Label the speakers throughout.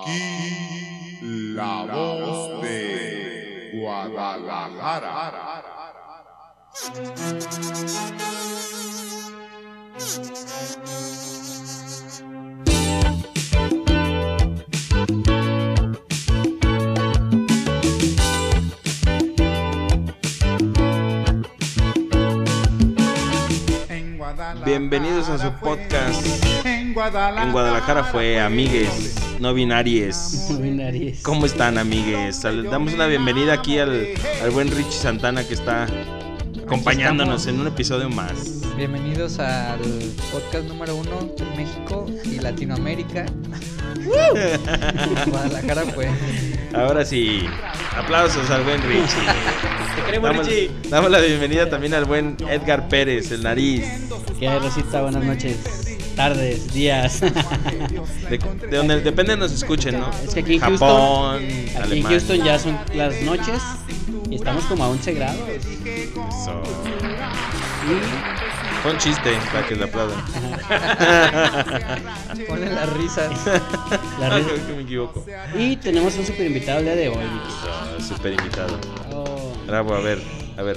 Speaker 1: Aquí la voz de Guadalajara.
Speaker 2: Bienvenidos a su podcast.
Speaker 3: En
Speaker 2: En Guadalajara fue Amigues, no binaries.
Speaker 4: Luminaries.
Speaker 2: ¿Cómo están, amigues? Les damos una bienvenida aquí al, al buen Richie Santana que está acompañándonos en un episodio más.
Speaker 4: Bienvenidos al podcast número uno de México y Latinoamérica. Guadalajara pues. fue.
Speaker 2: Ahora sí, aplausos al buen Richie. Damos, damos la bienvenida también al buen Edgar Pérez, el nariz.
Speaker 4: ¿Qué hay, Rosita? Buenas noches, tardes, días.
Speaker 2: De, de donde depende nos escuchen, ¿no?
Speaker 4: Es que aquí en
Speaker 2: Japón,
Speaker 4: Houston, aquí en
Speaker 2: Alemania.
Speaker 4: Houston ya son las noches y estamos como a 11 grados.
Speaker 2: Eso.
Speaker 4: Y
Speaker 2: Fue un chiste para que le aplaudan.
Speaker 4: ponen las risas. La
Speaker 2: Ah,
Speaker 4: red-
Speaker 2: creo que me equivoco.
Speaker 4: Y tenemos un super invitado el día de hoy. Vicky.
Speaker 2: Ah, Super invitado.
Speaker 4: Oh.
Speaker 2: Bravo, a ver, a ver.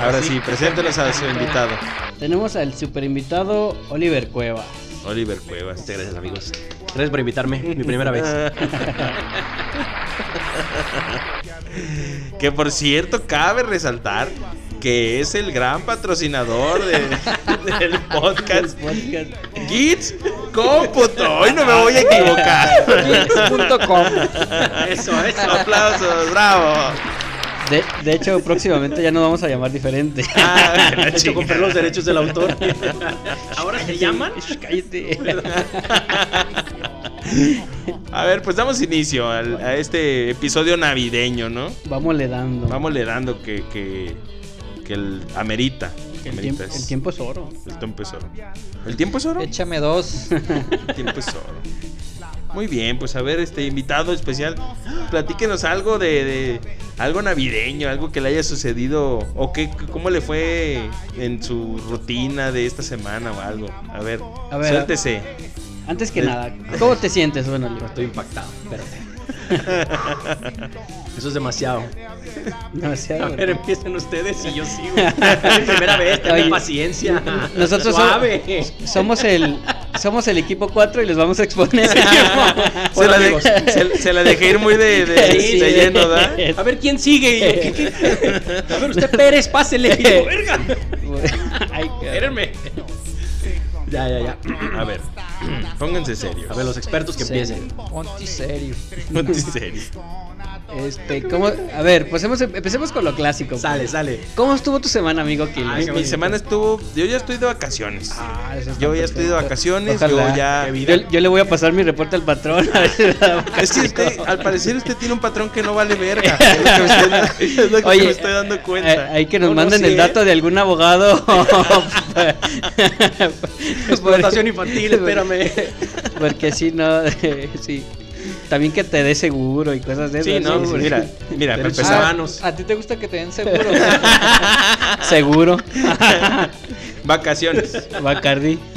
Speaker 2: Ahora sí, preséntenos a su invitado.
Speaker 4: Tenemos al super invitado Oliver Cueva.
Speaker 2: Oliver Cuevas. Muchas gracias, amigos.
Speaker 5: Gracias por invitarme, mi primera vez.
Speaker 2: que por cierto, cabe resaltar que es el gran patrocinador de- del podcast
Speaker 4: Podcast.
Speaker 2: Gits Cómputo. Hoy no me voy a equivocar. eso, eso. Aplausos, bravo.
Speaker 4: De, de hecho, próximamente ya nos vamos a llamar diferente.
Speaker 2: Ah, la
Speaker 5: De hecho, compré
Speaker 2: chingada.
Speaker 5: los derechos del autor. Ahora se llaman.
Speaker 4: Shh, Cállate.
Speaker 2: A ver, pues damos inicio al- a este episodio navideño, ¿no?
Speaker 4: Vamos le dando.
Speaker 2: Vamos le dando que, que, que el amerita.
Speaker 4: el,
Speaker 2: Amerita
Speaker 4: tiempo,
Speaker 2: es-
Speaker 4: el tiempo es oro.
Speaker 2: El tiempo es oro. ¿El tiempo es oro?
Speaker 4: Échame dos.
Speaker 2: El tiempo es oro. Muy bien, pues a ver, este invitado especial, platíquenos algo de, de- algo navideño, algo que le haya sucedido o que cómo le fue en su rutina de esta semana o algo. A ver,
Speaker 4: A ver.
Speaker 2: suéltese.
Speaker 4: Antes que
Speaker 2: El-
Speaker 4: nada, ¿cómo te sientes? Bueno, Oliver?
Speaker 5: Estoy impactado, espérate. Eso es demasiado.
Speaker 4: Demasiado.
Speaker 5: A ver, empiecen ustedes y yo sigo. Es mi primera vez,
Speaker 4: Oye.
Speaker 5: tengan paciencia.
Speaker 4: Nosotros somos-
Speaker 5: Suave.
Speaker 4: somos el somos el equipo 4 y les vamos a exponer.
Speaker 2: Se la, de- se- se la dejé ir muy de, de-
Speaker 4: Sí.
Speaker 2: de lleno, ¿da?
Speaker 5: A ver quién sigue. Y yo, ¿qué, qué? A ver, usted Pérez, pásele. Y yo, verga.
Speaker 4: Ay, cabrón.
Speaker 5: Espérenme. Ya, ya, ya.
Speaker 2: A ver, pónganse serios.
Speaker 5: A ver, los expertos que empiecen.
Speaker 4: Ponte serio.
Speaker 2: Ponte serio.
Speaker 4: Este, ¿cómo? A ver, pues hemos- empecemos con lo clásico. pues.
Speaker 5: Sale, sale.
Speaker 4: ¿Cómo estuvo tu semana, amigo Kilo?
Speaker 5: Ay,
Speaker 2: Mi,
Speaker 5: qué
Speaker 2: mi
Speaker 5: bonito.
Speaker 2: semana estuvo. Yo ya estoy de vacaciones.
Speaker 4: Ah, eso está
Speaker 2: Yo ya estoy de
Speaker 4: perfecto.
Speaker 2: vacaciones,
Speaker 4: Ojalá.
Speaker 2: yo ya.
Speaker 4: Yo, yo le voy a pasar mi reporte al patrón. a ver si me da
Speaker 2: Es que usted, al parecer usted tiene un patrón que no vale verga. Es lo que me estoy, es lo que me estoy dando
Speaker 4: eh,
Speaker 2: cuenta.
Speaker 4: hay que nos
Speaker 5: No, no,
Speaker 4: manden
Speaker 5: sí,
Speaker 4: el
Speaker 5: ¿eh?
Speaker 4: dato de algún abogado. Pues,
Speaker 5: Explotación infantil, espérame.
Speaker 4: Porque si no, eh, sí. También que te dé seguro y cosas de
Speaker 2: ¿eh? Sí,
Speaker 4: esas.
Speaker 2: no, pues,
Speaker 4: ¿no? Porque-
Speaker 2: mira, mira, para
Speaker 4: Ah,
Speaker 5: Derechos
Speaker 2: empezar,
Speaker 5: humanos.
Speaker 6: ¿A ti te gusta que te den seguro?
Speaker 4: Seguro.
Speaker 2: vacaciones.
Speaker 4: Bacardi.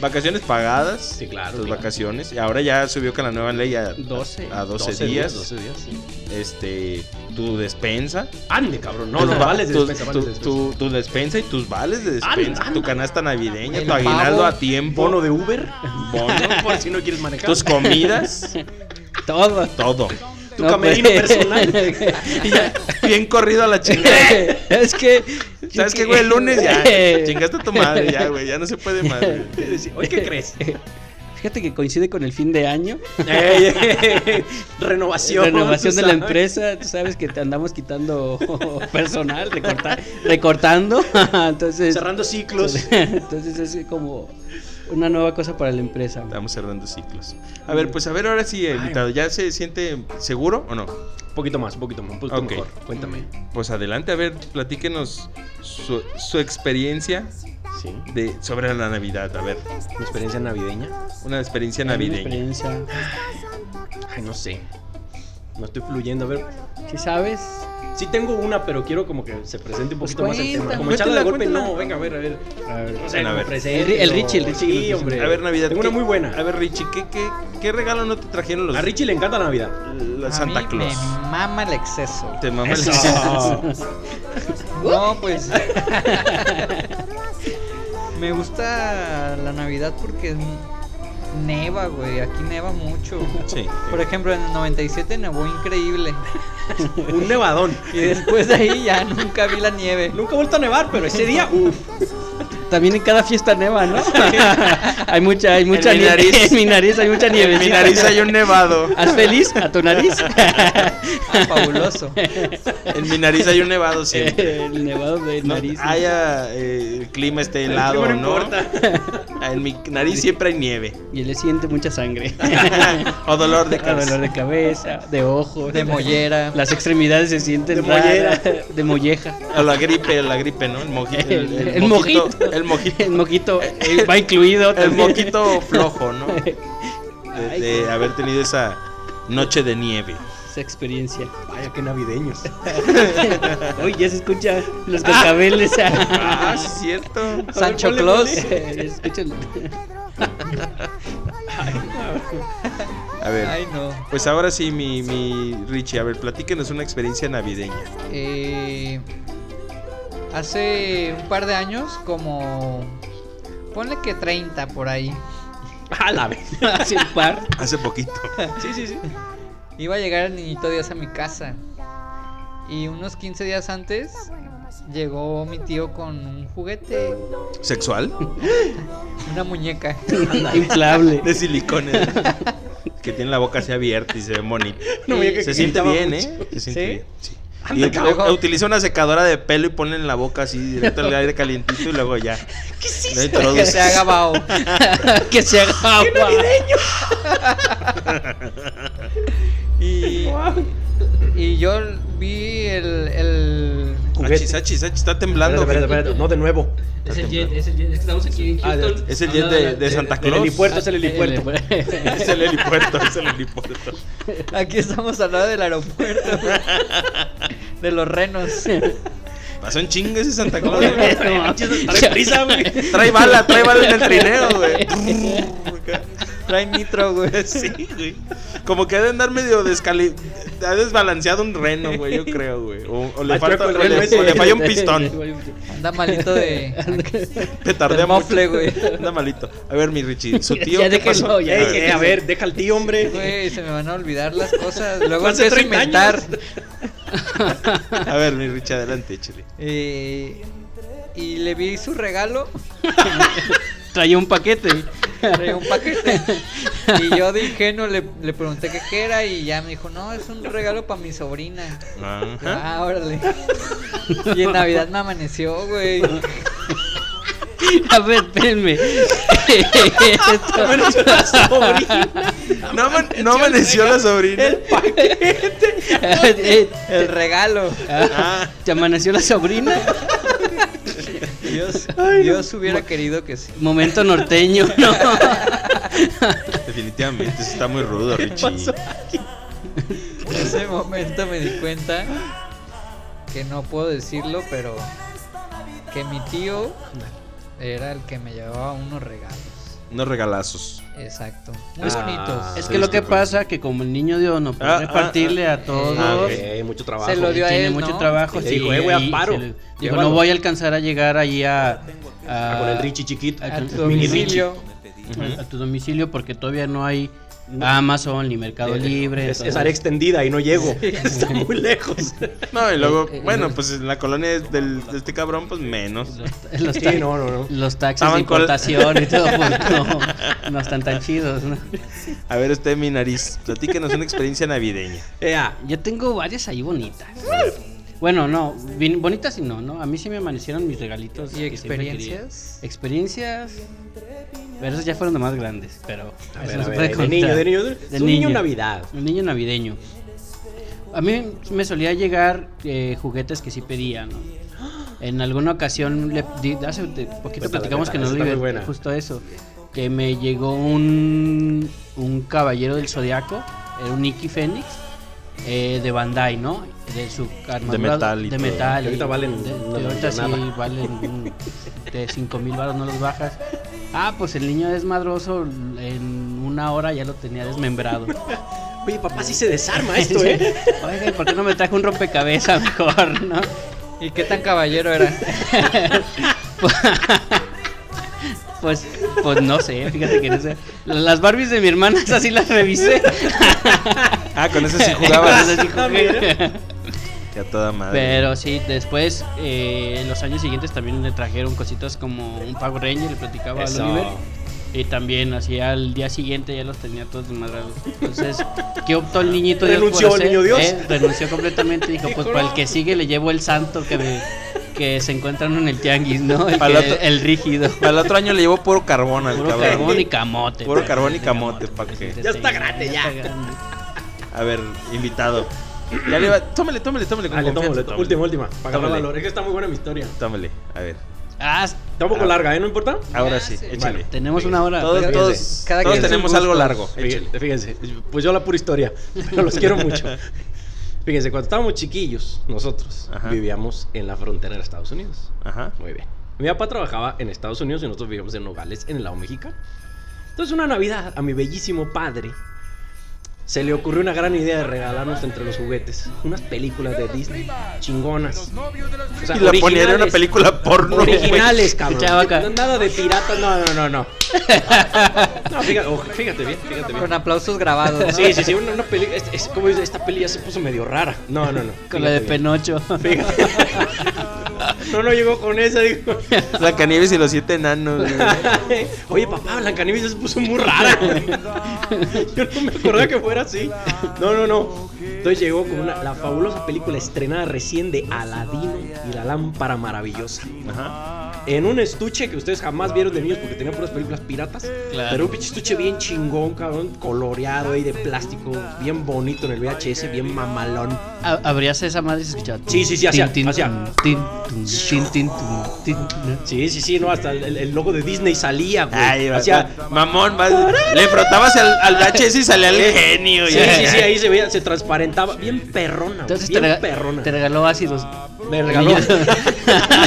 Speaker 2: Vacaciones pagadas.
Speaker 5: Sí, claro,
Speaker 2: Tus
Speaker 5: claro.
Speaker 2: vacaciones. Y ahora ya subió con la nueva ley a
Speaker 4: 12.
Speaker 2: a 12, días.
Speaker 5: 12 días. sí.
Speaker 2: Este, tu despensa.
Speaker 5: Ande, cabrón. No, no,
Speaker 2: Tus Pues va-
Speaker 5: vales de
Speaker 2: tus-
Speaker 5: despensa,
Speaker 2: tu,
Speaker 5: vales de despensa.
Speaker 2: tu- tu despensa y tus vales de
Speaker 5: Anda,
Speaker 2: despensa, tu
Speaker 5: anda.
Speaker 2: canasta navideña,
Speaker 6: El
Speaker 2: tu aguinaldo
Speaker 6: pavo,
Speaker 2: a tiempo,
Speaker 5: Bono de Uber.
Speaker 2: bono,
Speaker 5: Por si no quieres manejar.
Speaker 2: tus comidas,
Speaker 4: Todo.
Speaker 2: todo.
Speaker 5: tu camerino
Speaker 4: pues.
Speaker 5: personal.
Speaker 2: Y ya,
Speaker 5: pues.
Speaker 2: bien corrido a la chingada.
Speaker 4: es que.
Speaker 2: ¿Sabes qué, güey? El lunes ya
Speaker 5: Eh.
Speaker 2: chingaste a tu madre, ya, güey, ya no se puede más. güey.
Speaker 5: Decir, Oye, ¿qué crees?
Speaker 4: Fíjate que coincide con el fin de año.
Speaker 5: Ey, ey, renovación.
Speaker 4: renovación
Speaker 5: tú
Speaker 4: de la
Speaker 5: sabes.
Speaker 4: empresa, tú sabes que te andamos quitando personal, recorta- recortando, entonces
Speaker 5: Cerrando ciclos.
Speaker 4: entonces es como una nueva cosa para la empresa.
Speaker 2: Estamos cerrando ciclos. A ver, pues a ver ahora sí, invitado, ¿ya se siente seguro o no?
Speaker 5: Un poquito más, un poquito más, un poquito
Speaker 2: Ok.
Speaker 5: mejor. Cuéntame.
Speaker 2: Pues adelante, a ver, platíquenos su, su experiencia
Speaker 5: Sí.
Speaker 2: de, sobre la Navidad, a ver,
Speaker 5: Mi experiencia navideña.
Speaker 2: una experiencia
Speaker 4: Hay una
Speaker 2: navideña.
Speaker 4: experiencia.
Speaker 5: Ay, no sé. No estoy fluyendo. A ver,
Speaker 4: ¿Sí sabes?
Speaker 5: Sí tengo una, pero quiero como que se presente un
Speaker 4: Pues
Speaker 5: poquito más el tema.
Speaker 4: cuenta,
Speaker 5: Como echarla de golpe,
Speaker 2: cuéntala,
Speaker 5: no, venga, a ver, a ver. No sé,
Speaker 2: Bueno, a
Speaker 5: como
Speaker 2: ver.
Speaker 5: presente,
Speaker 4: El- el
Speaker 5: o-
Speaker 4: Richie, el Richie que
Speaker 5: Sí,
Speaker 4: nos
Speaker 5: hombre.
Speaker 2: A ver, Navidad.
Speaker 5: Tengo una
Speaker 2: ¿qué-
Speaker 5: muy buena.
Speaker 2: A ver, Richie, ¿qué, qué, qué regalo no te trajeron los
Speaker 5: A Richie le encanta la Navidad.
Speaker 2: la
Speaker 3: A
Speaker 2: Santa
Speaker 3: mí
Speaker 2: Claus?
Speaker 3: Me mama el exceso.
Speaker 2: Te mama
Speaker 5: Eso.
Speaker 3: No, pues. me gusta la Navidad porque neva, güey. Aquí neva mucho.
Speaker 2: Sí.
Speaker 3: Por ejemplo, en el 97 nevó increíble.
Speaker 5: Un nevadón.
Speaker 3: Y después de ahí ya nunca vi la nieve.
Speaker 5: Nunca he vuelto a nevar, pero ese día, uff.
Speaker 4: También en cada fiesta neva, ¿no? hay mucha, hay mucha
Speaker 2: mi
Speaker 4: nieve.
Speaker 2: nariz.
Speaker 4: En mi nariz hay mucha nieve.
Speaker 2: En mi nariz hay un nevado.
Speaker 4: ¿Haz feliz a tu nariz?
Speaker 3: Ah, fabuloso.
Speaker 2: En mi nariz hay un nevado
Speaker 5: Eh.
Speaker 2: siempre.
Speaker 4: el nevado de
Speaker 2: No,
Speaker 4: nariz.
Speaker 2: haya eh, el clima esté helado
Speaker 5: clima
Speaker 2: o
Speaker 5: no
Speaker 2: no.
Speaker 5: importa.
Speaker 2: En mi nariz siempre hay nieve.
Speaker 4: Y él le siente mucha sangre.
Speaker 2: o dolor de cabeza.
Speaker 4: dolor de cabeza, de ojos,
Speaker 3: De mollera.
Speaker 4: Las extremidades se sienten
Speaker 5: De
Speaker 4: raras, de molleja.
Speaker 2: O la gripe, la gripe, ¿no? El, moji-
Speaker 4: El,
Speaker 2: el, el
Speaker 4: el mojito.
Speaker 2: El mojito.
Speaker 4: El moquito eh, va incluido.
Speaker 2: El
Speaker 4: también.
Speaker 2: moquito flojo, ¿no? De, de haber tenido esa noche de nieve.
Speaker 4: Esa experiencia.
Speaker 5: Vaya, qué navideños.
Speaker 4: Uy, ya se escucha los cascabeles.
Speaker 2: Ah, sí es cierto.
Speaker 3: Sancho
Speaker 5: ponle,
Speaker 3: Claus.
Speaker 4: Escuchen.
Speaker 2: A ver.
Speaker 3: Ay, no.
Speaker 2: Pues ahora sí, mi, mi Richie, a ver, platíquenos una experiencia navideña.
Speaker 3: Eh, hace un par de años, como. Ponle que 30 por ahí.
Speaker 5: A la vez.
Speaker 4: Sin par.
Speaker 2: Hace poquito.
Speaker 5: Sí, sí, sí.
Speaker 3: Iba a llegar el niñito Dios a mi casa. Y unos 15 días antes llegó mi tío con un juguete,
Speaker 2: ¿Sexual?
Speaker 3: una muñeca.
Speaker 4: Inflable.
Speaker 2: De silicones. que tiene la boca así abierta y se ve bonito.
Speaker 5: No,
Speaker 3: Sí.
Speaker 5: oye, que
Speaker 2: Se siente
Speaker 5: gritaba
Speaker 2: bien,
Speaker 5: mucho.
Speaker 2: ¿eh? Se siente
Speaker 3: ¿Sí?
Speaker 2: bien. Sí.
Speaker 5: Anda,
Speaker 2: Y ut-
Speaker 3: cabrón.
Speaker 2: utiliza una secadora de pelo y ponle en la boca así directo el aire calientito y luego ya. ¿Qué hiciste?
Speaker 3: Que se haga bao.
Speaker 4: que se haga agua.
Speaker 3: Y, y yo vi el. el
Speaker 2: Achis, achis, achis, está temblando.
Speaker 5: Espérate, espérate, espérate. No, de nuevo.
Speaker 6: Es el jet, es el jet, es que estamos aquí en
Speaker 5: Ah, de-
Speaker 6: Houston.
Speaker 2: es el jet de, de Santa
Speaker 5: El
Speaker 2: Claus.
Speaker 5: helipuerto es el helipuerto.
Speaker 2: Es el helipuerto, es el helipuerto.
Speaker 3: aquí estamos al lado del aeropuerto. De los renos.
Speaker 2: Pasó en chingue ese Santa Claus. güey.
Speaker 5: Dale prisa, güey.
Speaker 2: Trae bala, trae bala en el trineo, güey.
Speaker 3: Trae nitro, güey.
Speaker 2: Sí, güey. Como que ha de andar medio descali... Ha desbalanceado un reno, güey, yo creo, güey. O, o le
Speaker 5: Al
Speaker 2: falta...
Speaker 5: chueco,
Speaker 2: O
Speaker 5: el
Speaker 2: le,
Speaker 5: reno ese.
Speaker 2: o le falla un pistón.
Speaker 3: Anda malito de.
Speaker 2: Petardea
Speaker 3: Del
Speaker 2: mucho.
Speaker 3: mofle, güey.
Speaker 2: Anda malito. A ver, mi Richie, su tío,
Speaker 4: Ya
Speaker 2: ¿qué
Speaker 4: déjenlo,
Speaker 2: pasó?
Speaker 4: ya.
Speaker 2: A ver.
Speaker 5: Ey, ey, a ver, deja al tío, hombre.
Speaker 3: Güey, se me van a olvidar las cosas. Luego
Speaker 5: Hace
Speaker 3: empiezo a
Speaker 5: 30
Speaker 3: inventar.
Speaker 5: años.
Speaker 2: A ver, mi Richie, adelante, chile.
Speaker 3: Eh, y le vi su regalo,
Speaker 4: Traía un paquete.
Speaker 3: traía un paquete. Y yo de ingenuo le, le pregunté qué qué era y ya me dijo, no, es un regalo para mi sobrina.
Speaker 2: Ajá.
Speaker 3: Ah, órale. Y en Navidad me amaneció, güey.
Speaker 4: A ver, espérenme. Esto-
Speaker 2: No, aman- no amaneció la sobrina.
Speaker 4: eh,
Speaker 3: El regalo.
Speaker 2: Ah,
Speaker 4: ¿Te amaneció la sobrina?
Speaker 3: Dios, Dios hubiera querido que sí.
Speaker 4: Momento norteño, ¿no?
Speaker 2: definitivamente, eso está muy rudo, Richie.
Speaker 3: En ese momento me di cuenta que no puedo decirlo, pero que mi tío era el que me llevaba unos regalos.
Speaker 2: Unos regalazos.
Speaker 3: Exacto. Muy
Speaker 5: Es-
Speaker 3: bonitos.
Speaker 4: Ah, Es que lo que pasa que como el niño Dios no puede
Speaker 2: Ah, ah,
Speaker 4: repartirle a
Speaker 5: Ah,
Speaker 4: todos.
Speaker 5: güey, mucho trabajo.
Speaker 3: Se lo dio a
Speaker 4: tiene
Speaker 3: él,
Speaker 4: mucho
Speaker 3: ¿no?
Speaker 4: trabajo.
Speaker 5: Le dijo, "Eh, güey,
Speaker 4: ahí
Speaker 5: paro,
Speaker 4: se le- Dijo,
Speaker 5: llévalo".
Speaker 4: no voy a alcanzar a llegar ahí a... a-
Speaker 5: Ah, Con el Richie chiquito.
Speaker 3: A tu
Speaker 4: Mini
Speaker 3: domicilio.
Speaker 4: a- a tu domicilio porque todavía no hay Amazon ni Mercado
Speaker 5: Eh,
Speaker 4: Libre.
Speaker 5: Es, es
Speaker 4: entonces-
Speaker 5: área extendida y no llego. Está muy lejos.
Speaker 2: No, y luego, bueno, pues en la colonia es del- de este cabrón, pues menos.
Speaker 4: los, los ta-
Speaker 5: Sí, no, no, no.
Speaker 4: los taxis
Speaker 2: Estaban
Speaker 4: de
Speaker 2: col-
Speaker 4: importación y todo, pues, no, no están tan chidos. ¿no?
Speaker 2: A ver, usted, mi nariz, platíquenos una experiencia navideña.
Speaker 5: Ea,
Speaker 4: Yo tengo varias ahí bonitas. Bueno, no, bien- bonitas y no, ¿no? A mí sí me amanecieron mis regalitos.
Speaker 3: ¿Y
Speaker 4: que siempre quería.
Speaker 3: experiencias?
Speaker 4: Experiencias. Pero esas ya fueron de más grandes, pero.
Speaker 5: A
Speaker 4: eso
Speaker 5: ver,
Speaker 4: no
Speaker 5: a
Speaker 4: se
Speaker 5: ver,
Speaker 4: puede
Speaker 5: de
Speaker 4: contar.
Speaker 5: niño, de niño. De
Speaker 4: De
Speaker 5: un niño
Speaker 4: niño.
Speaker 5: Navidad.
Speaker 4: Un niño navideño. A mí me solía llegar eh, juguetes que sí pedía, ¿no? En alguna ocasión, le, di- hace un te- poquito
Speaker 7: Pues
Speaker 5: Cuéntala,
Speaker 4: platicamos que
Speaker 5: cuéntala,
Speaker 4: no
Speaker 5: está
Speaker 4: lo
Speaker 5: muy buena.
Speaker 4: iba justo eso. Que me llegó un, un caballero del zodiaco, era un Nicky Fénix, eh, de Bandai, ¿no? De su armadura
Speaker 7: metal y
Speaker 4: de
Speaker 7: todo.
Speaker 4: metal.
Speaker 7: Que ahorita valen
Speaker 4: de- de
Speaker 7: una
Speaker 4: ahorita sí
Speaker 7: millonada.
Speaker 4: valen un- de 5 mil baros, no los bajas. Ah, pues el niño desmadroso en una hora ya lo tenía desmembrado.
Speaker 5: Oye, papá, sí se desarma esto, ¿eh?
Speaker 4: Oiga, ¿y por qué no me trajo un rompecabezas mejor, no?
Speaker 3: ¿Y qué tan caballero era?
Speaker 4: Pues, pues no sé, fíjate que no sé. Las Barbies de mi hermana, esas sí las revisé.
Speaker 2: Ah, con eso sí jugabas.
Speaker 4: Esas sí jugué.
Speaker 2: Ya toda madre.
Speaker 4: Pero sí, después, eh, en los años siguientes también le trajeron cositas como un Power Ranger, le platicaba
Speaker 5: Eso.
Speaker 4: al Oliver. Y también, así al día siguiente ya los tenía todos desmadrados. Entonces, ¿qué optó el niñito Dios
Speaker 5: Renunció el
Speaker 4: por hacer?
Speaker 5: niño Dios.
Speaker 4: Eh, renunció completamente. Dijo, pues para el que sigue le llevo el santo que me- que se encuentran en el tianguis, ¿no? El,
Speaker 2: Al
Speaker 4: que-
Speaker 2: otro-
Speaker 4: el rígido.
Speaker 2: Para el otro año le llevó puro carbón al
Speaker 4: Puro
Speaker 2: cabrón.
Speaker 4: carbón y camote.
Speaker 2: Puro
Speaker 4: pa-
Speaker 2: carbón y
Speaker 4: de
Speaker 2: camote, pa' que-
Speaker 4: presidente,
Speaker 5: Ya está
Speaker 4: sí,
Speaker 5: grande, ya.
Speaker 4: está grande.
Speaker 2: A ver, invitado. Ya le va- Tómale, tómale, tómale. Con
Speaker 7: Dale, tomo,
Speaker 2: confianza,
Speaker 7: le-
Speaker 2: tómale.
Speaker 7: última, última. Para agarrar
Speaker 2: Tómale.
Speaker 7: valor. Es que está muy buena mi historia.
Speaker 2: Tómale, a ver.
Speaker 4: Ah,
Speaker 7: Está un poco larga, ¿eh? ¿No importa?
Speaker 2: Ahora
Speaker 3: Ya
Speaker 2: sí,
Speaker 3: sé.
Speaker 2: échale.
Speaker 4: tenemos una hora. Pues,
Speaker 2: Todos,
Speaker 7: Fíjense.
Speaker 2: todos,
Speaker 3: Cada
Speaker 2: todos
Speaker 3: quien sus
Speaker 2: tenemos
Speaker 3: gustos.
Speaker 2: algo largo. Échale.
Speaker 7: Fíjense, fíjense, pues yo la pura historia, pero los quiero mucho. Fíjense, cuando estábamos chiquillos, nosotros
Speaker 2: Ajá.
Speaker 7: vivíamos en la frontera de Estados Unidos.
Speaker 2: Ajá.
Speaker 7: Muy bien. Mi papá trabajaba en Estados Unidos y nosotros vivíamos en Nogales, en el lado mexicano. Entonces, una Navidad, a mi bellísimo padre se le ocurrió una gran idea de regalarnos entre los juguetes unas películas de Disney chingonas. O sea,
Speaker 2: Y la ponía en una
Speaker 7: originales.
Speaker 2: película porno. güey.
Speaker 7: Originales, cabrón.
Speaker 4: Chavaca.
Speaker 7: No, Nada de piratas, no, no, no, no. No, fíjate, oh, fíjate bien, fíjate bien.
Speaker 3: Con aplausos grabados. ¿no?
Speaker 7: Sí, sí, sí, una, una peli. Es, es como dice, esta peli ya se puso medio rara. No, no, no.
Speaker 4: Con la de
Speaker 7: fíjate bien.
Speaker 4: Penocho.
Speaker 7: Fíjate. No, no llegó con esa, dijo.
Speaker 2: Blancanieves y los siete enanos. güey.
Speaker 7: Oye, papá, Blancanieves ya se puso muy rara. Yo no me acordaba que fuera así. No, no, no. Entonces llegó con una- la fabulosa película estrenada recién de Aladino y la lámpara maravillosa.
Speaker 2: Ajá.
Speaker 7: En un estuche que ustedes jamás vieron de niños porque tenían puras películas piratas.
Speaker 4: Claro.
Speaker 7: Pero un pinche estuche bien chingón, cabrón, coloreado ahí de plástico, bien bonito en el VHS, bien mamalón.
Speaker 4: A- Abrías esa madre y se escuchaba.
Speaker 7: Sí, sí, sí,
Speaker 4: tin,
Speaker 7: hacía,
Speaker 4: tin,
Speaker 7: hacía.
Speaker 4: tin, tin, tin, tin, tin, tin, tin.
Speaker 7: Sí, sí, sí, no, hasta el, el logo de Disney salía, güey.
Speaker 2: Ay, va-
Speaker 7: Hacía-
Speaker 2: va- mamón, va- le frotabas al, al VHS y salía el genio.
Speaker 7: Sí,
Speaker 2: ya.
Speaker 7: sí, sí, ahí se veía, se transparentaba. Bien perrona,
Speaker 4: Entonces
Speaker 7: Entonces
Speaker 4: te,
Speaker 7: bien
Speaker 4: rega-
Speaker 7: perrona.
Speaker 4: te regaló ácidos.
Speaker 7: Me regaló.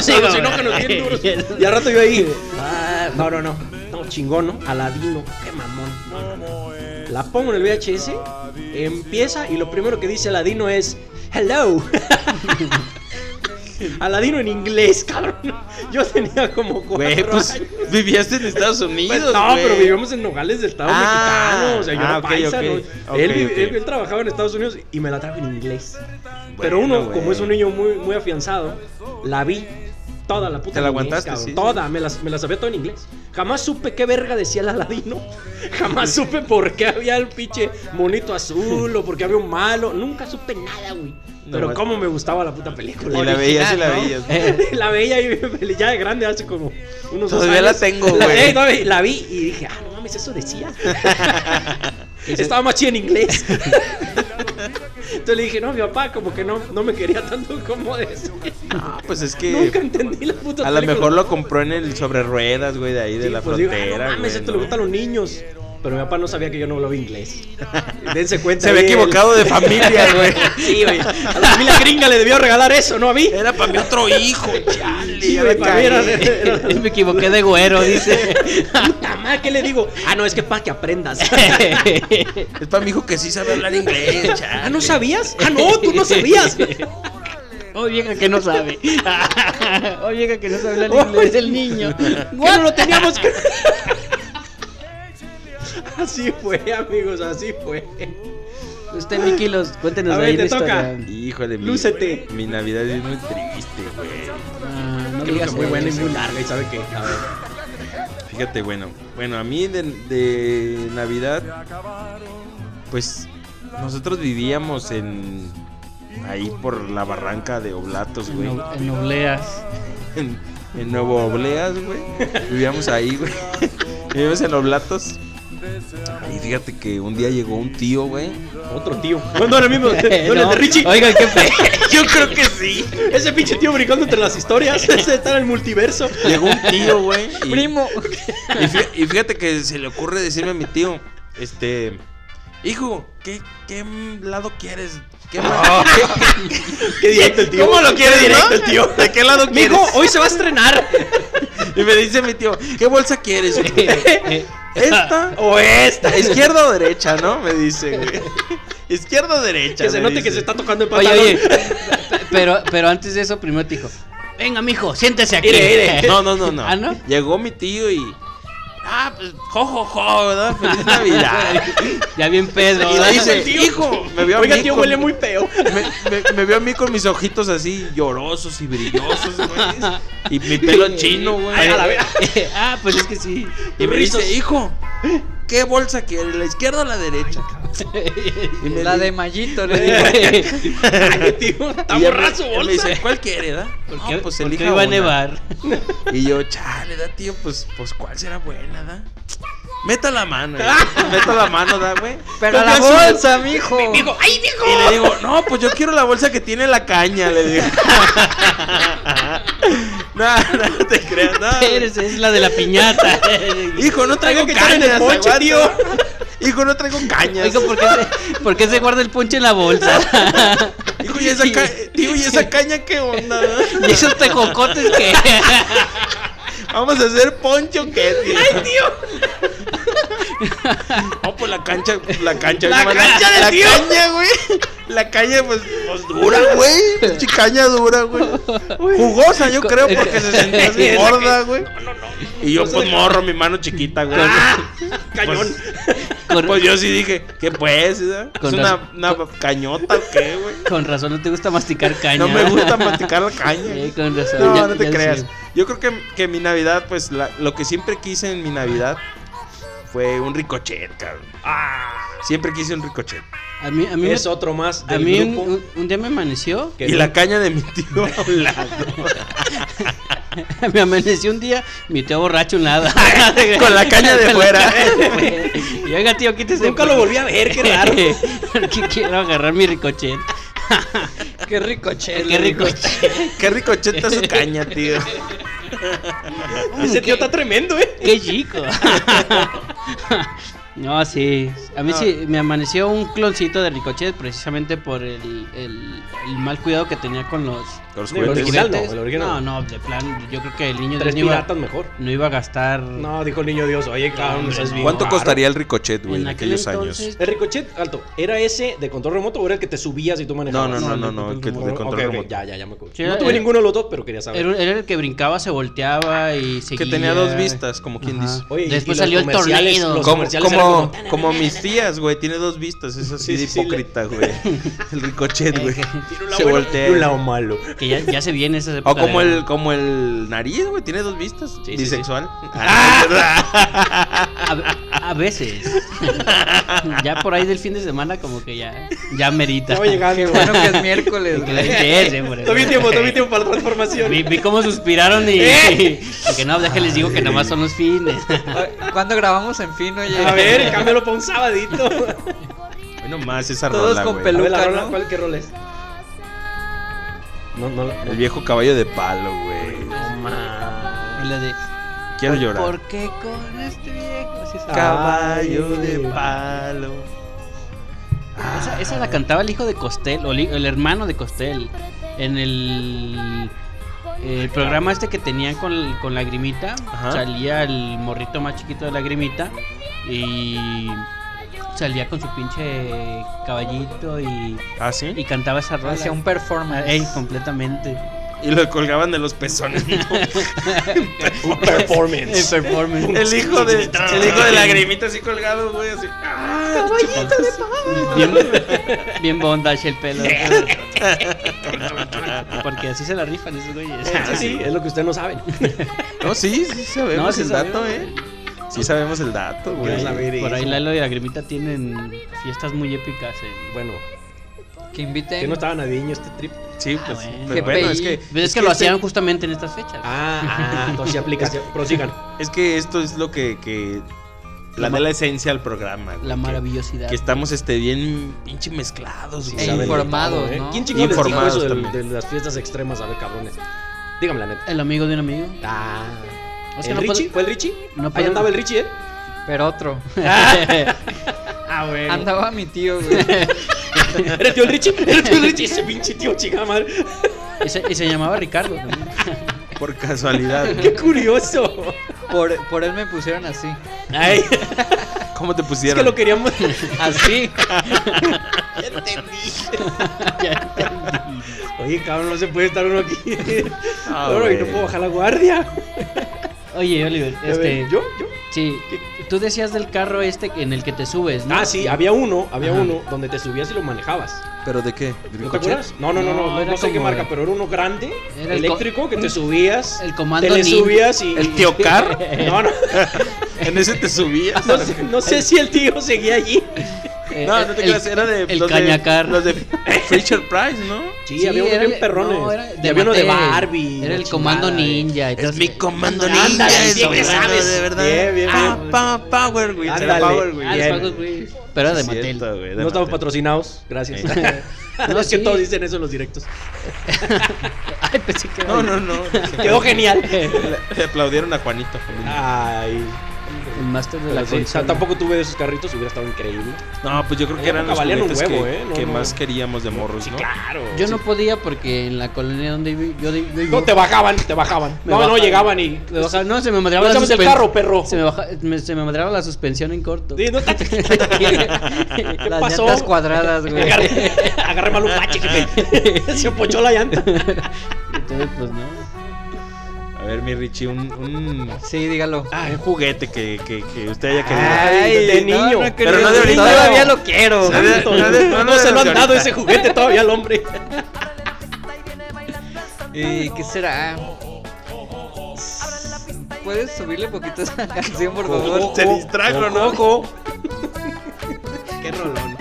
Speaker 7: sí,
Speaker 4: Digo,
Speaker 7: los enógenos bien duros. Y al rato yo ahí. ah, no, no, no. No, chingón, ¿no? Aladino. Qué mamón. No, no. La pongo en el VHS. Empieza y lo primero que dice Aladino es. Hello. Aladino en inglés, cabrón. Yo tenía como cuatro
Speaker 2: Güey, pues
Speaker 7: años.
Speaker 2: vivías en Estados Unidos.
Speaker 7: Pues, no,
Speaker 2: güey.
Speaker 7: pero vivíamos en Nogales del Estado
Speaker 2: Ah,
Speaker 7: mexicano. O sea, yo
Speaker 2: ah,
Speaker 7: era
Speaker 2: ok,
Speaker 7: paisa,
Speaker 2: ok,
Speaker 7: ¿no?
Speaker 2: ok,
Speaker 7: él, vi-
Speaker 2: ok.
Speaker 7: él- él trabajaba en Estados Unidos y me la trajo en inglés. pero
Speaker 2: Bueno,
Speaker 7: uno,
Speaker 2: güey.
Speaker 7: como es un niño muy, muy afianzado, la vi toda la puta.
Speaker 2: Te la
Speaker 7: niñez,
Speaker 2: aguantaste,
Speaker 7: cabrón,
Speaker 2: sí.
Speaker 7: Toda, me la me las sabía todo en inglés. Jamás supe qué verga decía el aladino. Jamás supe por qué había el pinche monito azul o por qué había un malo. Nunca supe nada, güey. Pero
Speaker 2: Nomás-
Speaker 7: cómo me gustaba la puta película.
Speaker 2: Y la veías y la veías.
Speaker 7: La veía y bien feliz, ya de grande hace como unos dos
Speaker 2: Todavía la
Speaker 7: años.
Speaker 2: tengo, güey.
Speaker 7: eh, todavía La vi y dije, ah, no mames, eso decía. Estaba más chido en inglés. Entonces le dije, no, mi papá como que no, no me quería tanto como decía.
Speaker 2: Ah, pues es
Speaker 7: Nunca
Speaker 2: que
Speaker 7: entendí la puta
Speaker 2: a lo
Speaker 7: película.
Speaker 2: mejor lo compró en el sobre ruedas, güey, de ahí de
Speaker 7: Sí,
Speaker 2: la
Speaker 7: pues digo, ah,
Speaker 2: frontera.
Speaker 7: no mames,
Speaker 2: güey, ¿no?
Speaker 7: esto le gusta a los niños. Pero mi papá no sabía que yo no hablaba inglés. Dense cuenta.
Speaker 2: Se había
Speaker 7: ahí el-
Speaker 2: equivocado de familia, güey.
Speaker 7: Sí, güey. A la familia gringa le debió regalar eso, ¿no a mí?
Speaker 2: Era para mi otro hijo, chale.
Speaker 7: Sí,
Speaker 2: ya
Speaker 7: güey,
Speaker 2: la
Speaker 7: para mí era-
Speaker 2: cagué.
Speaker 7: era-
Speaker 4: Me equivoqué de güero, dice.
Speaker 7: Puta madre, ¿qué le digo? Ah, no, es que para que aprendas.
Speaker 2: Es para mi hijo que sí sabe hablar inglés,
Speaker 7: ah,
Speaker 2: chale.
Speaker 7: ¿no sabías? Ah, no, tú no sabías.
Speaker 4: Oh, vieja que no sabe. Oh, vieja que no sabe hablar inglés. El niño.
Speaker 7: ¿Qué no lo teníamos que... Así fue, amigos, así fue.
Speaker 4: Usted, Este, Miki, los, cuéntenos
Speaker 7: A ver,
Speaker 4: ahí
Speaker 7: te
Speaker 4: la historia.
Speaker 7: toca.
Speaker 2: Híjole, mi,
Speaker 7: Lúcete.
Speaker 2: mi Navidad es muy triste, güey.
Speaker 4: Ah, no
Speaker 7: Creo que
Speaker 4: digas
Speaker 7: muy buena y
Speaker 4: eso.
Speaker 7: muy larga, ¿y sabe qué? A ver.
Speaker 2: Fíjate, bueno. Bueno, a mí de, de Navidad, pues nosotros vivíamos en... Ahí por la barranca de Oblatos, güey.
Speaker 4: En, en obleas.
Speaker 2: en, en Nuevo Obleas, güey. Vivíamos ahí, güey. Vivíamos en Oblatos. Y fíjate que un día llegó un tío, güey.
Speaker 7: Otro tío. No, no, era el mismo. No,
Speaker 4: Eh,
Speaker 7: era el de
Speaker 4: no.
Speaker 7: Richie.
Speaker 4: Oigan, qué fe.
Speaker 2: Yo creo que sí.
Speaker 7: Ese pinche tío brincando entre las historias. Ese está en el multiverso.
Speaker 2: Llegó un tío, güey. y-
Speaker 3: Primo.
Speaker 2: Y fí- y fíjate que se le ocurre decirme a mi tío, este, Hijo, ¿qué, qué lado quieres? ¿Qué, directo el tío? ¿Cómo lo quieres, directo el tío? ¿De qué lado quieres?
Speaker 5: Mijo, hoy se va a estrenar.
Speaker 2: Y me dice mi tío, ¿qué bolsa quieres? güey? ¿Esta o esta? ¿Izquierda o derecha, no? Me dice, güey. ¿Izquierda o derecha?
Speaker 7: Que se
Speaker 2: me
Speaker 7: note que
Speaker 2: dice.
Speaker 7: se está tocando el
Speaker 4: Oye,
Speaker 7: pantalón.
Speaker 4: oye. Pero, pero antes de eso, primero te dijo: Venga, mijo, siéntese aquí.
Speaker 2: No, no, no, no.
Speaker 4: ¿Ah, no?
Speaker 2: Llegó mi tío y. Ah, pues, jo, jo, jo, ¿verdad? Feliz Navidad.
Speaker 4: Ya bien Pedro.
Speaker 2: Y
Speaker 4: ¿verdad?
Speaker 2: le dice, hijo, me vio a
Speaker 7: Oiga,
Speaker 2: mí
Speaker 7: tío,
Speaker 2: con-
Speaker 7: huele muy feo.
Speaker 2: Me, me- me vio a mí con mis ojitos así llorosos y brillosos, güey. Y mi pelo chino, güey.
Speaker 7: Ay, a la vera.
Speaker 4: ah, pues es que sí.
Speaker 2: Y me
Speaker 7: Rizos.
Speaker 2: dice, hijo, ¿qué bolsa quieres? ¿La izquierda o la derecha? Y me
Speaker 3: La
Speaker 2: di-
Speaker 3: de Mallito, le digo.
Speaker 7: Ay, tío, está
Speaker 2: y ya me-
Speaker 7: borrazo,
Speaker 2: ya
Speaker 7: bolsa.
Speaker 2: Me dice, ¿cuál quiere, da? No,
Speaker 4: ¿Qué-
Speaker 2: pues
Speaker 4: por qué
Speaker 2: elija
Speaker 4: iba
Speaker 2: una".
Speaker 4: a nevar?
Speaker 2: Y yo, chale, da, tío, pues, pues, ¿cuál será buena, da? Meta la mano, güey. meta la mano, da, güey.
Speaker 3: Pero a la bolsa, mijo.
Speaker 7: Digo, ¡ay, viejo!
Speaker 2: Y le digo, no, pues yo quiero la bolsa que tiene la caña, le digo. no, no, no te creas, no.
Speaker 4: Eres- es la de la piñata.
Speaker 2: Hijo, no traigo
Speaker 7: Tengo que echar en
Speaker 2: cañas,
Speaker 7: el ponche,
Speaker 2: aguanta.
Speaker 7: tío.
Speaker 2: Hijo, no traigo cañas.
Speaker 4: Oiga, ¿por qué, se, por qué se guarda el ponche en la bolsa?
Speaker 2: Hijo, ¿y esa, ca- tío, ¿y esa caña qué onda?
Speaker 4: ¿Y esos tejocotes que
Speaker 2: ¿Vamos a hacer poncho o qué, tío? ¡Ay, tío! No, pues la cancha, la cancha.
Speaker 7: La
Speaker 2: hermana.
Speaker 7: cancha del
Speaker 2: La
Speaker 7: tío.
Speaker 2: caña, güey. La caña, pues, pues dura, güey. Pinche caña dura, güey. Jugosa, yo creo, porque se sentía así gorda, güey. Y yo, pues, morro, mi mano chiquita, güey.
Speaker 7: Cañón.
Speaker 4: con,
Speaker 2: Pues yo sí dije, ¿qué pues? eh? ¿Es
Speaker 4: Con
Speaker 2: una,
Speaker 4: razón.
Speaker 2: una cañota o qué, güey?
Speaker 4: con razón no te gusta masticar caña.
Speaker 2: No me gusta masticar la caña.
Speaker 4: Sí, con razón.
Speaker 2: No,
Speaker 4: ya-
Speaker 2: no te
Speaker 4: ya
Speaker 2: creas.
Speaker 4: sé.
Speaker 2: Yo creo que, que mi Navidad, pues la- lo que siempre quise en mi Navidad fue un ricochet, cabrón. Ah. Siempre quise un ricochet.
Speaker 4: A mí, a mí, me-
Speaker 7: Es otro más
Speaker 4: a
Speaker 7: del
Speaker 4: mí un,
Speaker 7: grupo.
Speaker 4: un- un día me amaneció.
Speaker 7: que
Speaker 2: y
Speaker 7: no-
Speaker 2: la caña de mi tío a un lado.
Speaker 4: Me amaneció un día, mi tío borracho un lado.
Speaker 2: Con la caña de fuera.
Speaker 4: Y oiga, tío, quítese.
Speaker 7: Nunca lo volví a ver, qué raro.
Speaker 4: Porque quiero agarrar mi ricochet.
Speaker 3: Qué rico, che.
Speaker 4: Qué ricochet.
Speaker 2: Qué ricochet está su caña, tío.
Speaker 7: Ese tío está tremendo, eh.
Speaker 4: Qué chico. No, sí. A mí
Speaker 2: No.
Speaker 4: sí me amaneció un cloncito de ricochet precisamente por el, el- el mal cuidado que tenía con los.
Speaker 2: Los
Speaker 7: El
Speaker 2: juguetes.
Speaker 7: original no,
Speaker 4: juguetes.
Speaker 7: el original
Speaker 4: No, no, de plan, yo creo que el niño Dios
Speaker 7: Tres
Speaker 4: no iba,
Speaker 7: piratas mejor.
Speaker 4: no iba a gastar.
Speaker 7: No, dijo el niño Dios, oye, cabrón,
Speaker 4: Hombre,
Speaker 7: estás
Speaker 4: no.
Speaker 7: bien
Speaker 2: ¿Cuánto
Speaker 7: raro.
Speaker 2: costaría el ricochet, güey,
Speaker 4: en
Speaker 2: en
Speaker 4: aquel
Speaker 2: aquellos
Speaker 4: entonces.
Speaker 2: años?
Speaker 7: El ricochet, alto, ¿era ese de control remoto o era el que te subías y tú
Speaker 2: No,
Speaker 7: manejabas?
Speaker 2: no, no,
Speaker 4: No,
Speaker 2: no,
Speaker 4: el
Speaker 2: no,
Speaker 4: de
Speaker 2: el que de
Speaker 4: control
Speaker 2: control
Speaker 7: Ok, ok,
Speaker 2: remoto.
Speaker 7: Ya, ya, ya me acuerdo.
Speaker 4: Sí,
Speaker 7: no
Speaker 4: era-
Speaker 7: tuve
Speaker 4: era-
Speaker 7: ninguno de los dos, pero quería saber.
Speaker 4: Era, era el que brincaba, se volteaba y seguía.
Speaker 2: Que tenía dos vistas, como quien
Speaker 4: Ajá.
Speaker 2: dice.
Speaker 7: Oye, y-
Speaker 4: Después
Speaker 7: y los
Speaker 4: salió el
Speaker 7: comerciales,
Speaker 4: tornado.
Speaker 7: los
Speaker 2: Como,
Speaker 7: comerciales eran
Speaker 2: como, como mis tías, güey, tiene dos vistas, es así
Speaker 7: Sí,
Speaker 2: de
Speaker 7: sí, sí, le-
Speaker 2: hipócrita, güey. El ricochet, güey.
Speaker 7: Tiene un lado
Speaker 2: Se
Speaker 7: bueno
Speaker 2: voltea.
Speaker 7: y un lado malo.
Speaker 4: Que ya, ya se viene esa época.
Speaker 2: O como
Speaker 4: de-
Speaker 2: el, como el nariz, güey, tiene dos vistas.
Speaker 7: sí, Ah. sí.
Speaker 2: bisexual.
Speaker 4: A, a veces. ya por ahí del fin de semana, como que ya, ya merita.
Speaker 7: Estaba llegando, güey.
Speaker 3: Bueno que es miércoles, güey.
Speaker 7: Tomé tiempo, tomé tiempo para la transformación.
Speaker 4: Vi, vi cómo suspiraron y, y que no, déjenles les digo que nada más son los fines.
Speaker 3: ¿Cuándo grabamos en fin, oye?
Speaker 7: A ver, cámbialo para un sabadito. A
Speaker 2: Bueno, más esa
Speaker 3: Todos
Speaker 2: rola,
Speaker 3: con
Speaker 2: güey.
Speaker 3: pelu-
Speaker 7: ver, la
Speaker 3: Peluca,
Speaker 7: rola,
Speaker 3: ¿no?
Speaker 7: ¿cuál qué rol es? No, no, la-
Speaker 2: El viejo caballo de palo, güey.
Speaker 7: no. ma.
Speaker 4: Y la de,
Speaker 2: Quiero llorar.
Speaker 4: ¿Por qué con este viejo? Sí, esa,
Speaker 2: Caballo de palo.
Speaker 4: esa- esa la cantaba el hijo de Costel, o li- el hermano de Costel, en el, el programa este que tenían con, con Lagrimita.
Speaker 2: Ajá.
Speaker 4: Salía el morrito más chiquito de Lagrimita y salía con su pinche caballito y,
Speaker 2: ¿Ah, sí?
Speaker 4: y cantaba esa rola.
Speaker 3: Hacía un performance.
Speaker 4: Ey, completamente.
Speaker 2: Y lo colgaban de los pezones.
Speaker 7: Un performance.
Speaker 4: El performance.
Speaker 2: el hijo de, el hijo de lagrimita así colgado, güey, así. Ah,
Speaker 4: Bien, bien bondage el pelo. Porque así se la rifan esos güeyes.
Speaker 7: Sí, Ah, sí, es lo que ustedes no saben.
Speaker 2: No, sí, sí sabemos
Speaker 4: No, sí
Speaker 2: el dato,
Speaker 4: sabemos.
Speaker 2: eh. Sí sabemos el dato,
Speaker 4: Por
Speaker 2: güey.
Speaker 7: Quiero saber
Speaker 4: ahí, por ahí
Speaker 7: eso.
Speaker 4: Lalo y Lagrimita tienen fiestas muy épicas. en-
Speaker 7: Bueno,
Speaker 3: Que inviten.
Speaker 7: que no estaba navideño este trip.
Speaker 2: Sí, pues.
Speaker 4: Ah,
Speaker 2: pero
Speaker 4: bueno.
Speaker 2: Bueno, es que, este
Speaker 4: Pero Pues es, que, lo hacían justamente en estas fechas.
Speaker 7: Ah, ah, entonces sí aplica. Prosigan.
Speaker 2: es que esto es lo que, que la da la esencia al programa. güey,
Speaker 4: la
Speaker 2: que-
Speaker 4: maravillosidad.
Speaker 2: Que estamos este bien pinche mezclados, güey.
Speaker 3: E
Speaker 7: saben de
Speaker 3: informados,
Speaker 7: todo, ¿eh?
Speaker 3: ¿no?
Speaker 7: ¿Quién chingado les dijo
Speaker 2: Informados
Speaker 7: eso del- de,
Speaker 2: también.
Speaker 7: las fiestas extremas? A ver, cabrones. Dígame la neta.
Speaker 4: El amigo de un amigo.
Speaker 7: Ah.
Speaker 4: Es que
Speaker 7: ¿El
Speaker 4: no puedo-
Speaker 7: Richie? ¿Fue el Richie?
Speaker 4: no
Speaker 7: Ahí
Speaker 4: puedo-
Speaker 7: andaba el Richie, ¿eh?
Speaker 3: Pero otro.
Speaker 4: Ah, güey.
Speaker 3: Andaba mi tío, güey.
Speaker 7: ¿Era tío el Richie? ¿Era tío el Richie? Ese pinche tío, chingada madre.
Speaker 4: Y se, y se llamaba Ricardo también.
Speaker 2: Por casualidad.
Speaker 7: ¡Qué curioso!
Speaker 3: Por, por él me pusieron así.
Speaker 7: Ay,
Speaker 2: ¿Cómo te
Speaker 7: es
Speaker 2: pusieron?
Speaker 7: que lo queríamos.
Speaker 2: Ah,
Speaker 3: Así.
Speaker 7: Oye, cabrón, no se puede estar uno aquí.
Speaker 2: Ah,
Speaker 7: Ahora, y no
Speaker 2: güey.
Speaker 7: puedo bajar la guardia.
Speaker 4: Oye, Oliver,
Speaker 7: A
Speaker 4: este.
Speaker 7: ver, ¿Yo? ¿Yo?
Speaker 4: Sí, tú decías del carro este que- en el que te subes, ¿no?
Speaker 7: Ah, sí, había uno, había
Speaker 4: Ajá.
Speaker 7: uno donde te subías y lo manejabas.
Speaker 2: ¿Pero de qué? ¿De mi
Speaker 7: ¿No te
Speaker 2: coche?
Speaker 7: acuerdas? No, no, no,
Speaker 4: No,
Speaker 7: no, no,
Speaker 4: era
Speaker 7: no sé qué
Speaker 4: como
Speaker 7: marca,
Speaker 4: el-
Speaker 7: pero era uno grande,
Speaker 4: Era el co-
Speaker 7: eléctrico, que te subías.
Speaker 4: el comando
Speaker 7: Te le
Speaker 4: Nin.
Speaker 7: subías y.
Speaker 2: ¿El tío Car?
Speaker 7: No, no.
Speaker 2: ¿En ese te subías?
Speaker 7: No sé, no sé si el tío seguía allí.
Speaker 4: Eh,
Speaker 2: No,
Speaker 4: eh,
Speaker 2: no te
Speaker 4: el-
Speaker 2: creas, era de.
Speaker 4: El
Speaker 2: los de-
Speaker 4: cañacar.
Speaker 2: Los de Fisher Price, ¿no?
Speaker 7: Sí,
Speaker 4: Sí,
Speaker 7: había unos
Speaker 4: era
Speaker 7: bien
Speaker 4: el-
Speaker 7: perrones.
Speaker 4: no, era
Speaker 7: Y había uno de
Speaker 4: Mattel.
Speaker 7: Barbie.
Speaker 4: Era
Speaker 7: la
Speaker 4: el comando
Speaker 7: chingada, y-
Speaker 4: ninja.
Speaker 2: Es
Speaker 4: entonces-
Speaker 2: mi comando
Speaker 4: Ándale,
Speaker 2: ninja.
Speaker 4: sí
Speaker 2: eso,
Speaker 4: que
Speaker 2: bueno,
Speaker 4: sabes.
Speaker 2: De verdad.
Speaker 7: Bien, bien,
Speaker 2: ah,
Speaker 7: bien.
Speaker 2: pa- Power, güey. Era
Speaker 7: Ándale.
Speaker 2: Power, güey.
Speaker 4: Ah, los
Speaker 7: Bien.
Speaker 4: pagos, güey. Pero era de Mattel.
Speaker 2: Cierto, güey, de
Speaker 7: No estamos
Speaker 2: Mattel.
Speaker 7: patrocinados, gracias.
Speaker 4: Eh. No,
Speaker 7: no, es que
Speaker 4: sí.
Speaker 7: todos dicen eso en los directos.
Speaker 4: Ay, pensé que era-
Speaker 2: No, no, no.
Speaker 7: Quedó genial.
Speaker 2: Le, le aplaudieron a Juanito.
Speaker 7: Ay.
Speaker 4: El máster de la
Speaker 7: pero sí, o sea,
Speaker 4: consola.
Speaker 7: tampoco tuve de esos carritos, hubiera estado increíble.
Speaker 2: No, pues yo creo que
Speaker 7: Era
Speaker 2: eran los
Speaker 7: valían un
Speaker 2: juguetes
Speaker 7: huevo,
Speaker 2: que,
Speaker 7: ¿eh? No,
Speaker 2: que
Speaker 7: no.
Speaker 2: más queríamos de morros, ¿no?
Speaker 7: Claro.
Speaker 4: Yo no podía porque en la colonia donde vi- yo, di- yo vivo-
Speaker 7: No, te bajaban, te bajaban.
Speaker 4: Me
Speaker 7: no, no,
Speaker 4: bajaban.
Speaker 7: llegaban y.
Speaker 4: me baja- no, se me madreaba
Speaker 7: No
Speaker 4: la
Speaker 7: echamos el
Speaker 4: suspen-
Speaker 7: carro, perro.
Speaker 4: Se me, baja- me- se me madreaba la suspensión en corto.
Speaker 7: Sí, no te- ¿Qué
Speaker 3: Las
Speaker 7: pasó?
Speaker 3: llantas cuadradas, güey.
Speaker 7: Agarré, agarré mal un bache, jefe. Se pochó la llanta.
Speaker 4: Entonces, pues no.
Speaker 2: A ver, mi Richie, un, un, ah,
Speaker 3: Sí, dígalo.
Speaker 2: un juguete que, que, Ah, que usted haya querido.
Speaker 7: Ay, de niño.
Speaker 3: he
Speaker 2: Pero
Speaker 3: querido.
Speaker 2: no de ahorita.
Speaker 3: Todavía lo quiero.
Speaker 2: No de-
Speaker 7: Santo,
Speaker 2: no de- no
Speaker 7: no,
Speaker 2: de-
Speaker 7: se lo han
Speaker 2: de
Speaker 7: dado
Speaker 2: ahorita.
Speaker 7: ese juguete todavía al hombre.
Speaker 3: ¿Y Eh, qué será? ¿Puedes subirle poquito esa canción,
Speaker 7: Oh,
Speaker 3: por favor?
Speaker 2: Se distrajo, ¿no?
Speaker 7: Ojo. Qué rolón.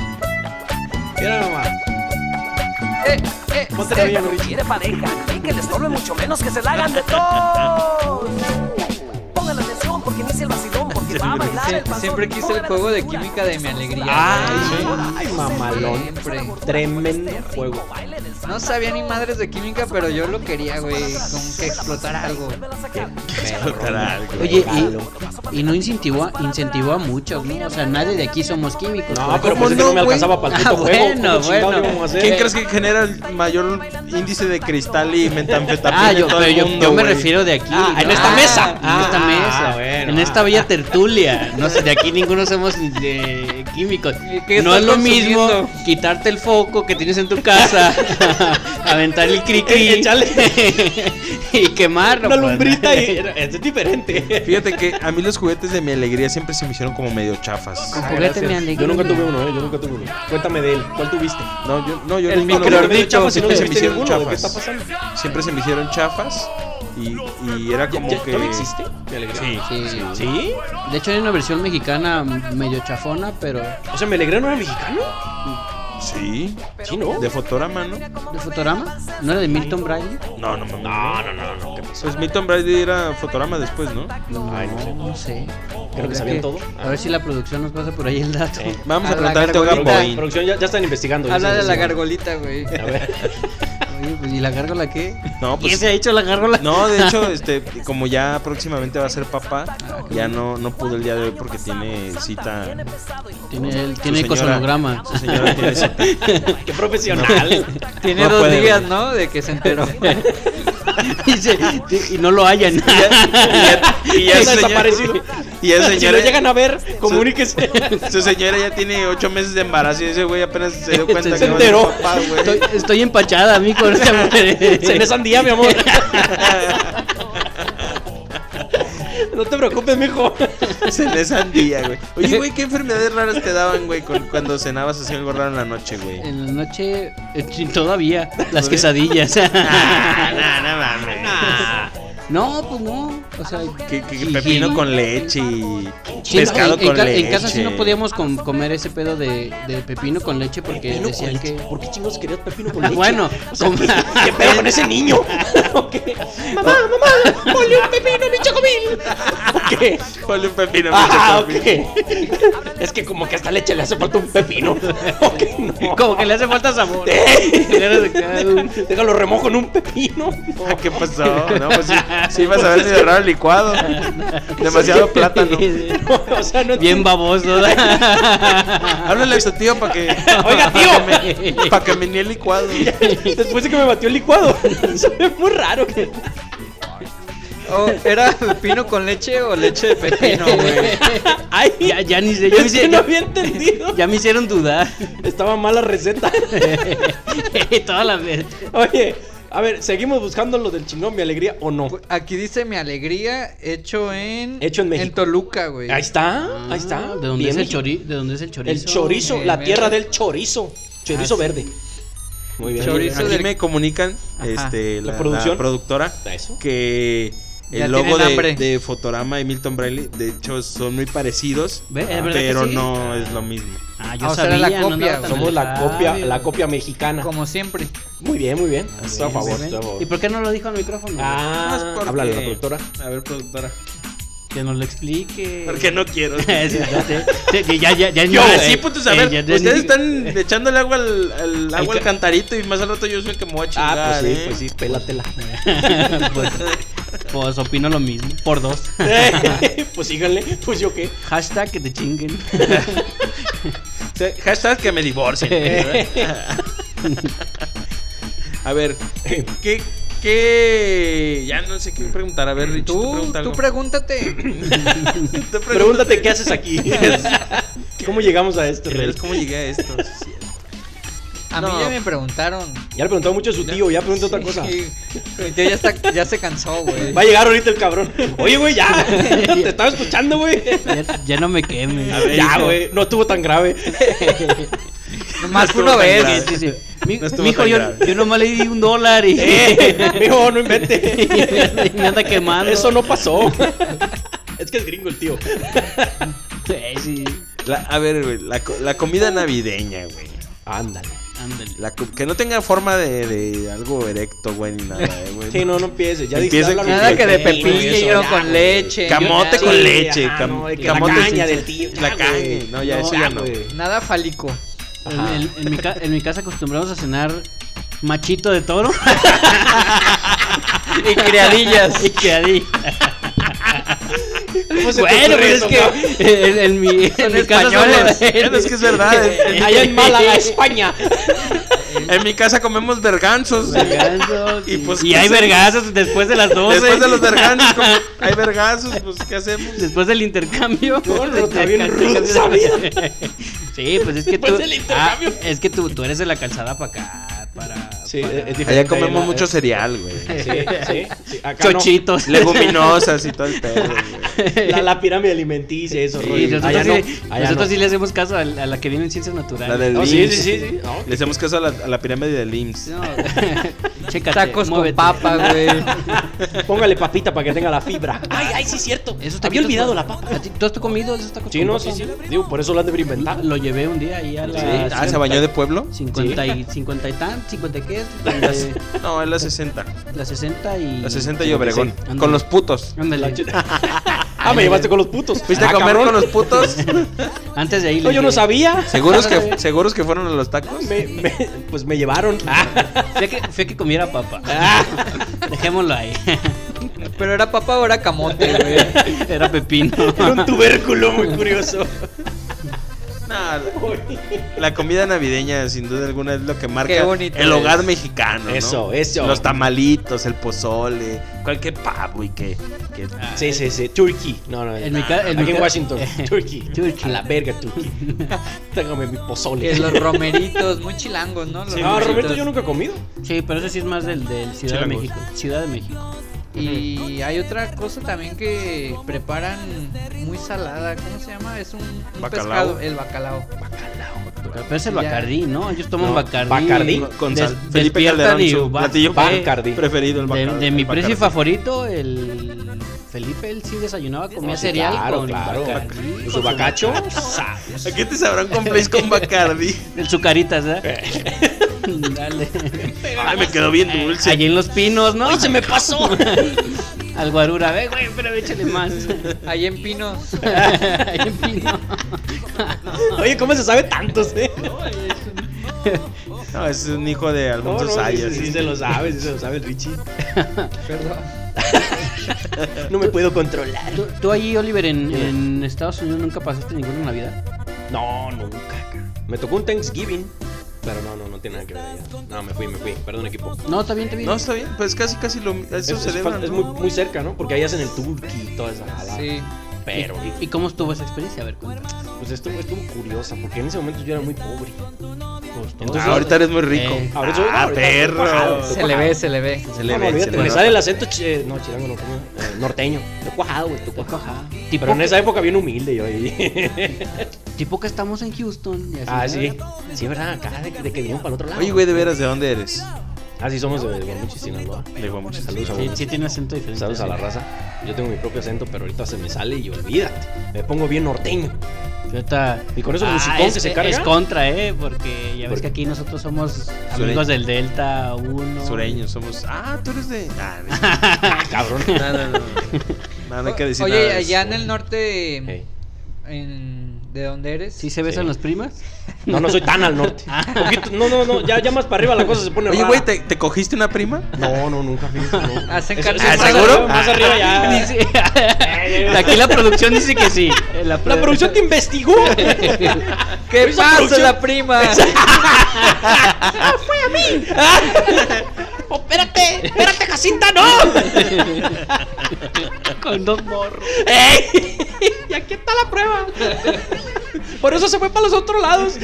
Speaker 7: Mira nomás.
Speaker 3: Eh, eh,
Speaker 7: Póntela bien, Richie.
Speaker 8: Quiere pareja, y que les doble mucho menos que se la hagan de todos. Pongan atención porque inicia el vacilón, porque va a bailar el
Speaker 3: Sie-
Speaker 8: pasón.
Speaker 3: siempre quise el juego de química de mi
Speaker 8: Ah,
Speaker 3: alegría. Ah,
Speaker 7: Ay, mamalón.
Speaker 3: Siempre.
Speaker 8: este
Speaker 7: Tremendo juego.
Speaker 3: No sabía ni madres de química, pero yo lo quería, güey. Como que explotar algo.
Speaker 2: Caray, güey.
Speaker 4: Oye, y, y no incentivó, a- incentivó a muchos, ¿no? O sea, nadie de aquí somos químicos.
Speaker 7: No,
Speaker 4: por
Speaker 7: pero
Speaker 4: ejemplo.
Speaker 7: pues es que no me
Speaker 4: güey?
Speaker 7: alcanzaba para el
Speaker 4: Ah,
Speaker 7: puto juego.
Speaker 4: bueno,
Speaker 7: ¿Cómo chingado
Speaker 4: bueno.
Speaker 7: íbamos a hacer?
Speaker 2: ¿Quién crees que genera el mayor índice de cristal y metanfetamina?
Speaker 4: Ah,
Speaker 2: en
Speaker 4: yo,
Speaker 2: todo
Speaker 4: pero
Speaker 2: el
Speaker 4: yo,
Speaker 2: mundo,
Speaker 4: yo me
Speaker 2: güey?
Speaker 4: refiero de aquí.
Speaker 7: Ah, en esta mesa.
Speaker 4: En
Speaker 7: Ah,
Speaker 4: esta
Speaker 7: ah,
Speaker 4: mesa.
Speaker 7: bueno,
Speaker 4: en
Speaker 7: ah.
Speaker 4: esta bella tertulia. No sé, de aquí ninguno somos eh, químicos.
Speaker 3: ¿Y qué
Speaker 4: No es
Speaker 3: estás
Speaker 4: lo mismo
Speaker 3: consumiendo?
Speaker 4: quitarte el foco que tienes en tu casa, aventar el cri
Speaker 7: Eh, echarle
Speaker 4: y quemarlo.
Speaker 7: Una
Speaker 4: pues,
Speaker 7: lumbrita
Speaker 4: ¿no?
Speaker 7: y. Este es diferente.
Speaker 2: Fíjate que a mí los juguetes de mi alegría siempre se me hicieron como medio chafas.
Speaker 4: Con juguete me alegro.
Speaker 7: Yo nunca tuve uno, eh. Yo nunca tuve uno. Cuéntame de él. ¿Cuál tuviste?
Speaker 2: No, yo, no, yo
Speaker 7: El
Speaker 2: nunca los-
Speaker 7: microornito,
Speaker 2: chafas,
Speaker 7: si no
Speaker 2: siempre se me
Speaker 7: tuviste
Speaker 2: hicieron
Speaker 7: ninguno, ¿de qué
Speaker 2: chafas.
Speaker 7: está pasando?
Speaker 2: Siempre se me hicieron chafas y, y era como
Speaker 7: ¿Ya- ya
Speaker 2: que.
Speaker 7: todavía existe? Mi alegría.
Speaker 2: Sí.
Speaker 4: Sí.
Speaker 7: ¿Sí?
Speaker 4: De hecho, hay una versión mexicana medio chafona, pero
Speaker 7: O sea, me alegré no era mexicano.
Speaker 2: Sí.
Speaker 7: Sí, ¿no?
Speaker 2: De Fotorama, ¿no?
Speaker 4: de Futurama. ¿No era de Milton Bradley?
Speaker 2: No, no, no.
Speaker 7: No, no, no, no. ¿Qué pasó?
Speaker 2: Pues Milton Bradley era Fotorama después, ¿no?
Speaker 4: No,
Speaker 7: Ay, no sé.
Speaker 4: no sé.
Speaker 7: Creo que sabían todo. Ah,
Speaker 4: A ver si la producción nos pasa por ahí el dato.
Speaker 7: Sí.
Speaker 2: Vamos a,
Speaker 3: A la
Speaker 2: preguntarle a Teo
Speaker 3: gargolita.
Speaker 7: Producción,
Speaker 2: Gamboín.
Speaker 7: producción, ya, ya están investigando.
Speaker 3: Habla
Speaker 7: dicen,
Speaker 3: de la
Speaker 7: dicen.
Speaker 3: gargolita, güey.
Speaker 7: A ver.
Speaker 4: Oye, pues, ¿y la gárgola qué?
Speaker 2: No,
Speaker 4: ¿Quién
Speaker 2: pues.
Speaker 4: se ha hecho la gárgola?
Speaker 2: No, de hecho, este, como ya próximamente va a ser papá, ya no, no pudo el día de hoy porque tiene cita.
Speaker 4: Tiene, el-
Speaker 2: Su
Speaker 4: tiene
Speaker 2: señora-
Speaker 4: cosonograma.
Speaker 2: Su señora tiene cita.
Speaker 7: Qué profesional.
Speaker 3: Tiene
Speaker 2: No
Speaker 3: dos
Speaker 2: puede,
Speaker 3: días,
Speaker 2: güey.
Speaker 3: ¿no? De que se enteró.
Speaker 4: y, se- y no lo hallan.
Speaker 2: Y ya,
Speaker 7: Está
Speaker 2: su señora-
Speaker 7: desaparecido.
Speaker 2: Y ya su
Speaker 7: Si lo
Speaker 2: señora,
Speaker 7: llegan a ver, comuníquese.
Speaker 2: su señora ya tiene ocho meses de embarazo y ese güey apenas se dio cuenta que
Speaker 4: Se
Speaker 2: iba a ser
Speaker 7: enteró.
Speaker 2: papá, güey.
Speaker 4: estoy, estoy empachada, amigo. No se
Speaker 7: Cené
Speaker 4: muere.
Speaker 7: sandía, mi amor. No te preocupes, mijo.
Speaker 2: Se le sandía, güey. Oye, güey, ¿qué enfermedades raras te daban, güey, con- cuando cenabas así algo raro en la noche, güey?
Speaker 4: En la noche, eh, sí, todavía, las quesadillas.
Speaker 2: no, no mames.
Speaker 4: no, pues no. O sea,
Speaker 2: Que, que- que
Speaker 4: sí,
Speaker 2: pepino
Speaker 4: sí.
Speaker 2: con leche y
Speaker 4: Sí, no,
Speaker 2: pescado
Speaker 4: en- en,
Speaker 2: con
Speaker 4: ca-
Speaker 2: leche.
Speaker 4: en casa sí no podíamos com- comer ese pedo de, de pepino con leche porque
Speaker 7: Pepino con
Speaker 4: decían
Speaker 7: leche.
Speaker 4: que.
Speaker 7: ¿Por qué chingos querías pepino con
Speaker 4: Ah,
Speaker 7: leche?
Speaker 4: bueno,
Speaker 7: O sea,
Speaker 4: como-
Speaker 7: ¿qué, qué pedo con ese niño? ¿O qué? Mamá, mamá, ponle un pepino a mi chocomil. ¿O qué?
Speaker 2: Ponle un pepino.
Speaker 7: Ah,
Speaker 2: mucho pepino.
Speaker 7: ok. Es que como que a esta leche le hace falta un pepino. Ok, no.
Speaker 4: Como que le hace falta sabor. Era de que-
Speaker 7: Déjalo remojo en un pepino.
Speaker 2: Ah, ¿Qué pasó? No, pues sí, Sí, vas a ver si agarraba el licuado. Demasiado plátano.
Speaker 7: o sea, no
Speaker 4: Bien baboso.
Speaker 2: Háblale a su tío para que.
Speaker 4: Oiga,
Speaker 2: tío. Para que me nie el licuado.
Speaker 5: Después de que me batió el licuado. Eso es muy raro.
Speaker 3: Oh, ¿Era pepino con leche o leche de pepino, güey?
Speaker 4: Ay, ya, ya ni sé. Ya, me
Speaker 5: Es que
Speaker 4: hicieron-
Speaker 5: no había entendido.
Speaker 4: ya me hicieron dudar.
Speaker 7: Estaba mala receta.
Speaker 4: Todas las veces.
Speaker 7: Oye, a ver, seguimos buscando lo del chingón, mi alegría o no.
Speaker 4: Pues,
Speaker 3: Aquí dice mi alegría hecho en.
Speaker 7: Hecho en México.
Speaker 3: Toluca, güey.
Speaker 7: Ahí está, ahí está.
Speaker 4: ah, ¿De dónde,
Speaker 7: Ah, Bien
Speaker 4: es el
Speaker 7: México.
Speaker 4: chori- ¿De dónde es el Ah, chorizo?
Speaker 7: El chorizo,
Speaker 3: Eh,
Speaker 7: la
Speaker 3: me-
Speaker 7: tierra del chorizo. Chorizo verde. Muy bien.
Speaker 3: Chorizo.
Speaker 2: Aquí
Speaker 3: del-
Speaker 2: me comunican
Speaker 3: Ajá.
Speaker 2: este,
Speaker 7: ¿La
Speaker 2: la,
Speaker 7: producción?
Speaker 2: la productora
Speaker 7: Eso.
Speaker 2: que
Speaker 3: Ya
Speaker 2: el logo
Speaker 3: tienen hambre.
Speaker 2: de, de Fotorama y Milton Braille, de hecho, son muy parecidos,
Speaker 4: Ve, es verdad que
Speaker 2: pero
Speaker 4: sí.
Speaker 2: no es lo mismo.
Speaker 4: Ah, yo
Speaker 3: Ah, o sea,
Speaker 4: sabía.
Speaker 3: era la
Speaker 4: no
Speaker 3: copia,
Speaker 4: andaba tan
Speaker 7: Somos la
Speaker 4: alejado.
Speaker 7: copia, la copia mexicana.
Speaker 3: Como siempre.
Speaker 7: Muy bien, muy bien. Estoy a
Speaker 4: Ah, Muy
Speaker 7: favor,
Speaker 4: bien.
Speaker 7: estoy a favor.
Speaker 4: ¿Y por qué no lo dijo al micrófono?
Speaker 7: Ah,
Speaker 2: No, es porque-
Speaker 7: háblale a la productora.
Speaker 2: A ver, productora.
Speaker 4: Que nos lo explique.
Speaker 2: Porque no quiero.
Speaker 4: Sí, ya sé. Sí, que ya, ya, ya
Speaker 2: Yo,
Speaker 4: no,
Speaker 2: sí,
Speaker 4: eh,
Speaker 2: puto,
Speaker 4: eh,
Speaker 2: a ver,
Speaker 4: ya no-
Speaker 2: ustedes están echándole agua al, al agua
Speaker 7: ca-
Speaker 2: al cantarito y más al rato yo soy el que me voy a chingar.
Speaker 7: Ah, pues sí,
Speaker 2: ¿eh?
Speaker 7: pues sí, pélatela.
Speaker 4: pues, pues opino lo mismo. Por dos.
Speaker 7: pues síganle, pues yo qué.
Speaker 4: Hashtag que te chinguen.
Speaker 2: O sea, hashtag que me divorcien. ¿verdad? a ver, ¿qué, ¿qué? Ya no sé qué preguntar. A ver, Rich, tú
Speaker 3: Tú,
Speaker 2: pregunta
Speaker 3: tú
Speaker 2: algo.
Speaker 3: pregúntate.
Speaker 2: Tú
Speaker 7: Pregúntate qué haces aquí. ¿Cómo llegamos a esto, Rey?
Speaker 2: ¿Ves ¿Cómo llegué a esto? Sí.
Speaker 3: A mí
Speaker 2: No.
Speaker 3: ya me preguntaron.
Speaker 7: Ya le preguntó mucho a su tío, ya preguntó otra cosa.
Speaker 3: Sí, yo ya, está- ya se cansó, güey.
Speaker 7: Va a llegar ahorita el cabrón. Oye, güey, ya. Te estaba escuchando, güey.
Speaker 4: Ya, ya no me queme.
Speaker 2: A ver,
Speaker 7: Ya,
Speaker 2: hijo.
Speaker 7: güey. No estuvo tan grave.
Speaker 3: Más
Speaker 2: estuvo
Speaker 3: una
Speaker 2: tan
Speaker 3: vez.
Speaker 2: grave.
Speaker 4: Sí, sí. Mi,
Speaker 2: No estuvo
Speaker 4: mijo,
Speaker 2: tan
Speaker 4: yo,
Speaker 2: grave.
Speaker 4: yo nomás le di un dólar y,
Speaker 7: Eh, mijo, no invente.
Speaker 4: y me anda quemando.
Speaker 7: Eso Ah, no pasó. Es que es gringo el tío.
Speaker 4: Eh, sí.
Speaker 2: La- a ver, güey, la, co- la comida navideña, güey.
Speaker 7: Ándale.
Speaker 4: Ándale.
Speaker 2: La co- que no tenga forma de, de algo erecto, güey, ni nada, eh, güey.
Speaker 7: Sí, no, no empieces. Ya dijiste.
Speaker 2: Empieza
Speaker 7: habla
Speaker 2: con-
Speaker 3: Nada que de
Speaker 7: Sí, güey, eso,
Speaker 3: pepillo
Speaker 7: ya,
Speaker 3: con
Speaker 7: güey.
Speaker 3: leche.
Speaker 2: Camote
Speaker 7: Sí,
Speaker 2: con
Speaker 7: ajá,
Speaker 2: leche.
Speaker 7: no,
Speaker 2: cam-
Speaker 7: de que la
Speaker 2: camote,
Speaker 7: caña
Speaker 2: sí, sí.
Speaker 7: del tío, ya,
Speaker 2: La
Speaker 7: güey.
Speaker 2: caña. Ah, No, ah, ya, eso
Speaker 7: ya,
Speaker 2: ya no.
Speaker 7: güey.
Speaker 3: Nada fálico.
Speaker 4: En, en- en mi ca- en mi casa acostumbramos a cenar machito de toro
Speaker 3: Y criadillas.
Speaker 4: y criadillo.
Speaker 7: ¿Cómo se te
Speaker 4: Bueno,
Speaker 7: ocurre
Speaker 4: pues es
Speaker 7: eso, cabrón?
Speaker 4: que en, en mi, en
Speaker 3: Son
Speaker 4: mi casa
Speaker 3: españoles.
Speaker 2: Bueno, es que es verdad. En, en-
Speaker 7: Allá en Málaga, España.
Speaker 2: en mi casa comemos verganzos.
Speaker 4: vergazos
Speaker 2: Y
Speaker 4: y,
Speaker 2: pues,
Speaker 4: y
Speaker 2: ¿qué
Speaker 4: hay
Speaker 2: hacemos?
Speaker 4: vergazos después de las 12.
Speaker 2: Después de los verganzos, como hay vergazos, pues ¿qué hacemos?
Speaker 4: Después del intercambio.
Speaker 7: No, no, está bien rudo esa vida.
Speaker 4: Sí, pues es que
Speaker 7: Después
Speaker 4: tú.
Speaker 7: del intercambio.
Speaker 4: ah, es que tú, tú eres de la calzada para acá. Para.
Speaker 7: Sí,
Speaker 4: para-
Speaker 7: es es diferente.
Speaker 2: Allá comemos
Speaker 7: la-
Speaker 2: mucho cereal, güey.
Speaker 7: Sí, sí, sí. Acá no.
Speaker 4: Chochitos.
Speaker 2: Leguminosas y todo el pedo, güey.
Speaker 7: La, la pirámide alimenticia, eso.
Speaker 4: Sí,
Speaker 7: rollo.
Speaker 4: nosotros,
Speaker 7: allá
Speaker 4: sí,
Speaker 7: no. allá
Speaker 4: nosotros
Speaker 7: no.
Speaker 4: sí le hacemos caso a la, a la que viene en ciencias naturales.
Speaker 2: La del
Speaker 7: No, sí,
Speaker 2: IMSS.
Speaker 7: sí, sí, sí. no.
Speaker 2: Le hacemos caso a la, a la pirámide del IMSS.
Speaker 4: No, chécate,
Speaker 3: Tacos con
Speaker 4: muévete.
Speaker 3: papa, güey.
Speaker 7: Póngale papita para que tenga la fibra. Ay, ay, sí, cierto.
Speaker 4: Esos
Speaker 7: Había
Speaker 4: taquitos
Speaker 7: olvidado
Speaker 4: con-
Speaker 7: la papa.
Speaker 4: ¿A ti- ¿Tú has comido esos tacos
Speaker 7: Sí,
Speaker 4: con
Speaker 7: no,
Speaker 4: papa?
Speaker 7: sí, sí. Digo, por eso lo han de
Speaker 4: La-
Speaker 7: inventar.
Speaker 4: Lo llevé un día ahí a la.
Speaker 2: Ah, ¿se bañó de pueblo?
Speaker 4: 50 y 50 y tan, 50 y qué es, 50 y-
Speaker 2: No, es la 60.
Speaker 4: la 60 y
Speaker 2: La 60 y Obregón.
Speaker 4: Ándale.
Speaker 2: Con los putos.
Speaker 4: Ándale.
Speaker 7: Ah, me llevaste con los putos.
Speaker 2: ¿Fuiste
Speaker 7: Ah,
Speaker 2: a comer
Speaker 7: cabrón.
Speaker 2: con los putos?
Speaker 4: Antes de ahí
Speaker 7: No,
Speaker 4: les
Speaker 7: yo no
Speaker 4: dije-
Speaker 7: sabía.
Speaker 2: ¿Seguros que, ¿Seguros que fueron a los tacos?
Speaker 7: Me- me- pues me llevaron.
Speaker 4: Fue que, fue que comiera papa. Ah, Dejémoslo ahí.
Speaker 3: Pero era papa o era camote, güey.
Speaker 4: Era pepino.
Speaker 7: Era un tubérculo muy curioso.
Speaker 2: Nah, la, la comida navideña, sin duda alguna, es lo que marca
Speaker 3: Qué bonito
Speaker 2: el hogar
Speaker 3: es.
Speaker 2: mexicano. ¿no?
Speaker 7: Eso, eso.
Speaker 2: Los tamalitos, el pozole, cualquier pavo y que. que-
Speaker 7: Sí, sí, sí. Turkey. No, no.
Speaker 4: En mi ca- en mi
Speaker 7: Aquí en
Speaker 4: ca-
Speaker 7: Washington. Turkey.
Speaker 4: Turkey.
Speaker 7: A la verga, Turkey. Trágame mi pozole.
Speaker 3: Que los romeritos, muy chilangos, ¿no? Los
Speaker 7: Sí, no, Roberto,
Speaker 3: romeritos.
Speaker 7: yo nunca he comido.
Speaker 4: Sí, pero eso sí es más del, del Ciudad de
Speaker 2: Chilangos.
Speaker 4: México. Ciudad de México.
Speaker 3: Y hay otra cosa también que preparan muy salada. ¿Cómo se llama? Es un, un
Speaker 2: Bacalao.
Speaker 3: pescado, el bacalao.
Speaker 4: Pero es el
Speaker 3: Ya.
Speaker 4: Bacardí, ¿no? Ellos toman
Speaker 7: No,
Speaker 4: Bacardí.
Speaker 7: Bacardí
Speaker 2: con- con sal.
Speaker 4: Des-
Speaker 2: Felipe
Speaker 4: despiertan
Speaker 2: Calderón,
Speaker 4: y
Speaker 2: su
Speaker 4: va-
Speaker 2: platillo
Speaker 4: va-
Speaker 7: Bacardí.
Speaker 2: preferido, el
Speaker 4: De,
Speaker 2: Bacardi.
Speaker 4: de mi precio
Speaker 2: Bacardi.
Speaker 4: favorito, el Felipe, él sí desayunaba, comía
Speaker 7: Sí,
Speaker 4: cereal
Speaker 7: claro,
Speaker 4: con
Speaker 7: claro.
Speaker 4: Bacardí,
Speaker 7: Con
Speaker 4: con
Speaker 7: su bacacho.
Speaker 2: ¿A qué te sabrán con Place con Bacardi?
Speaker 4: El sucaritas, ¿eh? Dale.
Speaker 2: Ay, me quedó bien dulce.
Speaker 4: Allí en los pinos, ¿no? se me pasó! Al guarura, ve, güey, pero échale más.
Speaker 3: Ahí en Pinos.
Speaker 4: Ahí en pino.
Speaker 7: Oye, ¿cómo se sabe tantos, eh?
Speaker 2: No, es un hijo de
Speaker 7: No,
Speaker 2: Alfonso
Speaker 7: no, sí,
Speaker 2: Sayas.
Speaker 7: sí, sí, se lo sabe, sí se lo sabe el Richie.
Speaker 3: Perdón.
Speaker 7: No me puedo controlar.
Speaker 4: ¿Tú, tú allí, Oliver, en, en Estados Unidos nunca pasaste ninguna Navidad?
Speaker 7: No, nunca. ca- Me tocó un Thanksgiving. Pero no, no, no tiene nada que ver. allá. No, me fui, me fui. Perdón, equipo.
Speaker 4: No, está bien, está bien.
Speaker 2: No, está bien, pues casi, casi lo mismo.
Speaker 7: Es,
Speaker 2: Eso
Speaker 7: es
Speaker 2: celebran,
Speaker 7: fa- es
Speaker 2: ¿no?
Speaker 7: muy, muy cerca, ¿no? Porque ahí hacen el turkey y toda esa jalada.
Speaker 3: Sí.
Speaker 7: Pero,
Speaker 4: ¿Y, y cómo estuvo esa experiencia? A ver, cuéntame.
Speaker 7: pues estuvo, estuvo curiosa, porque en ese momento yo era muy pobre. Entonces,
Speaker 2: Ah, ahorita eres muy rico.
Speaker 4: Eh,
Speaker 7: ahora soy-
Speaker 2: ah,
Speaker 7: ahorita soy
Speaker 2: perro.
Speaker 7: bajado.
Speaker 3: Se le ve, se le ve.
Speaker 2: Se le
Speaker 7: Ah, No,
Speaker 2: ve,
Speaker 7: no, olvídate,
Speaker 2: se le
Speaker 7: me
Speaker 2: ve.
Speaker 7: sale el acento chi- eh, no, chilango, no, ¿cómo? Eh, norteño. Estoy cuajado, güey, estoy cuajado.
Speaker 4: Tipo,
Speaker 7: Pero en
Speaker 4: que,
Speaker 7: esa época bien humilde yo ahí.
Speaker 4: tipo que estamos en Houston. y así.
Speaker 7: ah, sí. Sí, verdad, acá de, de que vinimos para el otro lado.
Speaker 2: Oye, güey, de veras, ¿de dónde eres?
Speaker 7: Ah, sí, somos de Guamuchi, Sinaloa.
Speaker 2: De Guamuchil.
Speaker 7: Saludos a
Speaker 4: Sí,
Speaker 7: Guamuchi.
Speaker 4: sí tiene acento diferente.
Speaker 7: Saludos a la raza. Yo tengo mi propio acento, pero ahorita se me sale y olvídate. Me pongo bien norteño.
Speaker 4: Ahorita-
Speaker 7: Y con esos
Speaker 4: Ah,
Speaker 7: musicón
Speaker 4: es,
Speaker 7: que se
Speaker 4: es-
Speaker 7: carga.
Speaker 4: es contra, ¿eh? Porque ya
Speaker 7: ¿Por
Speaker 4: ves
Speaker 7: qué?
Speaker 4: que aquí nosotros somos amigos del Delta 1.
Speaker 2: Sureños, somos. Ah, tú eres de. Ah, no,
Speaker 7: Ah, cabrón.
Speaker 2: no, no, no. No, no hay que decir
Speaker 3: Oye,
Speaker 2: nada de
Speaker 3: allá
Speaker 2: eso.
Speaker 3: en el
Speaker 7: Ey.
Speaker 3: norte, en- ¿de dónde eres?
Speaker 4: ¿Sí se besan
Speaker 7: Sí.
Speaker 4: las primas?
Speaker 7: No, no soy tan al norte. Poquito- no, no, no. Ya, ya más para arriba la cosa se pone
Speaker 2: Ah. Oye,
Speaker 7: rara.
Speaker 2: güey, ¿te, te cogiste una prima?
Speaker 7: No, no, nunca fui. No.
Speaker 3: Hacen
Speaker 7: Eso-
Speaker 3: carne
Speaker 7: eso
Speaker 2: ¿Ah,
Speaker 7: es más
Speaker 2: seguro?
Speaker 7: arriba, Más arriba ya.
Speaker 4: Dice- Aquí la producción dice que sí. Eh, La,
Speaker 7: La producción te investigó.
Speaker 3: ¿Qué
Speaker 7: Esa
Speaker 3: pasa,
Speaker 7: producción-
Speaker 3: la prima?
Speaker 4: ¡Espérate! ¡Espérate, Jacinta, no! Con dos morros.
Speaker 7: y aquí está la prueba. Por eso se fue para los otros lados.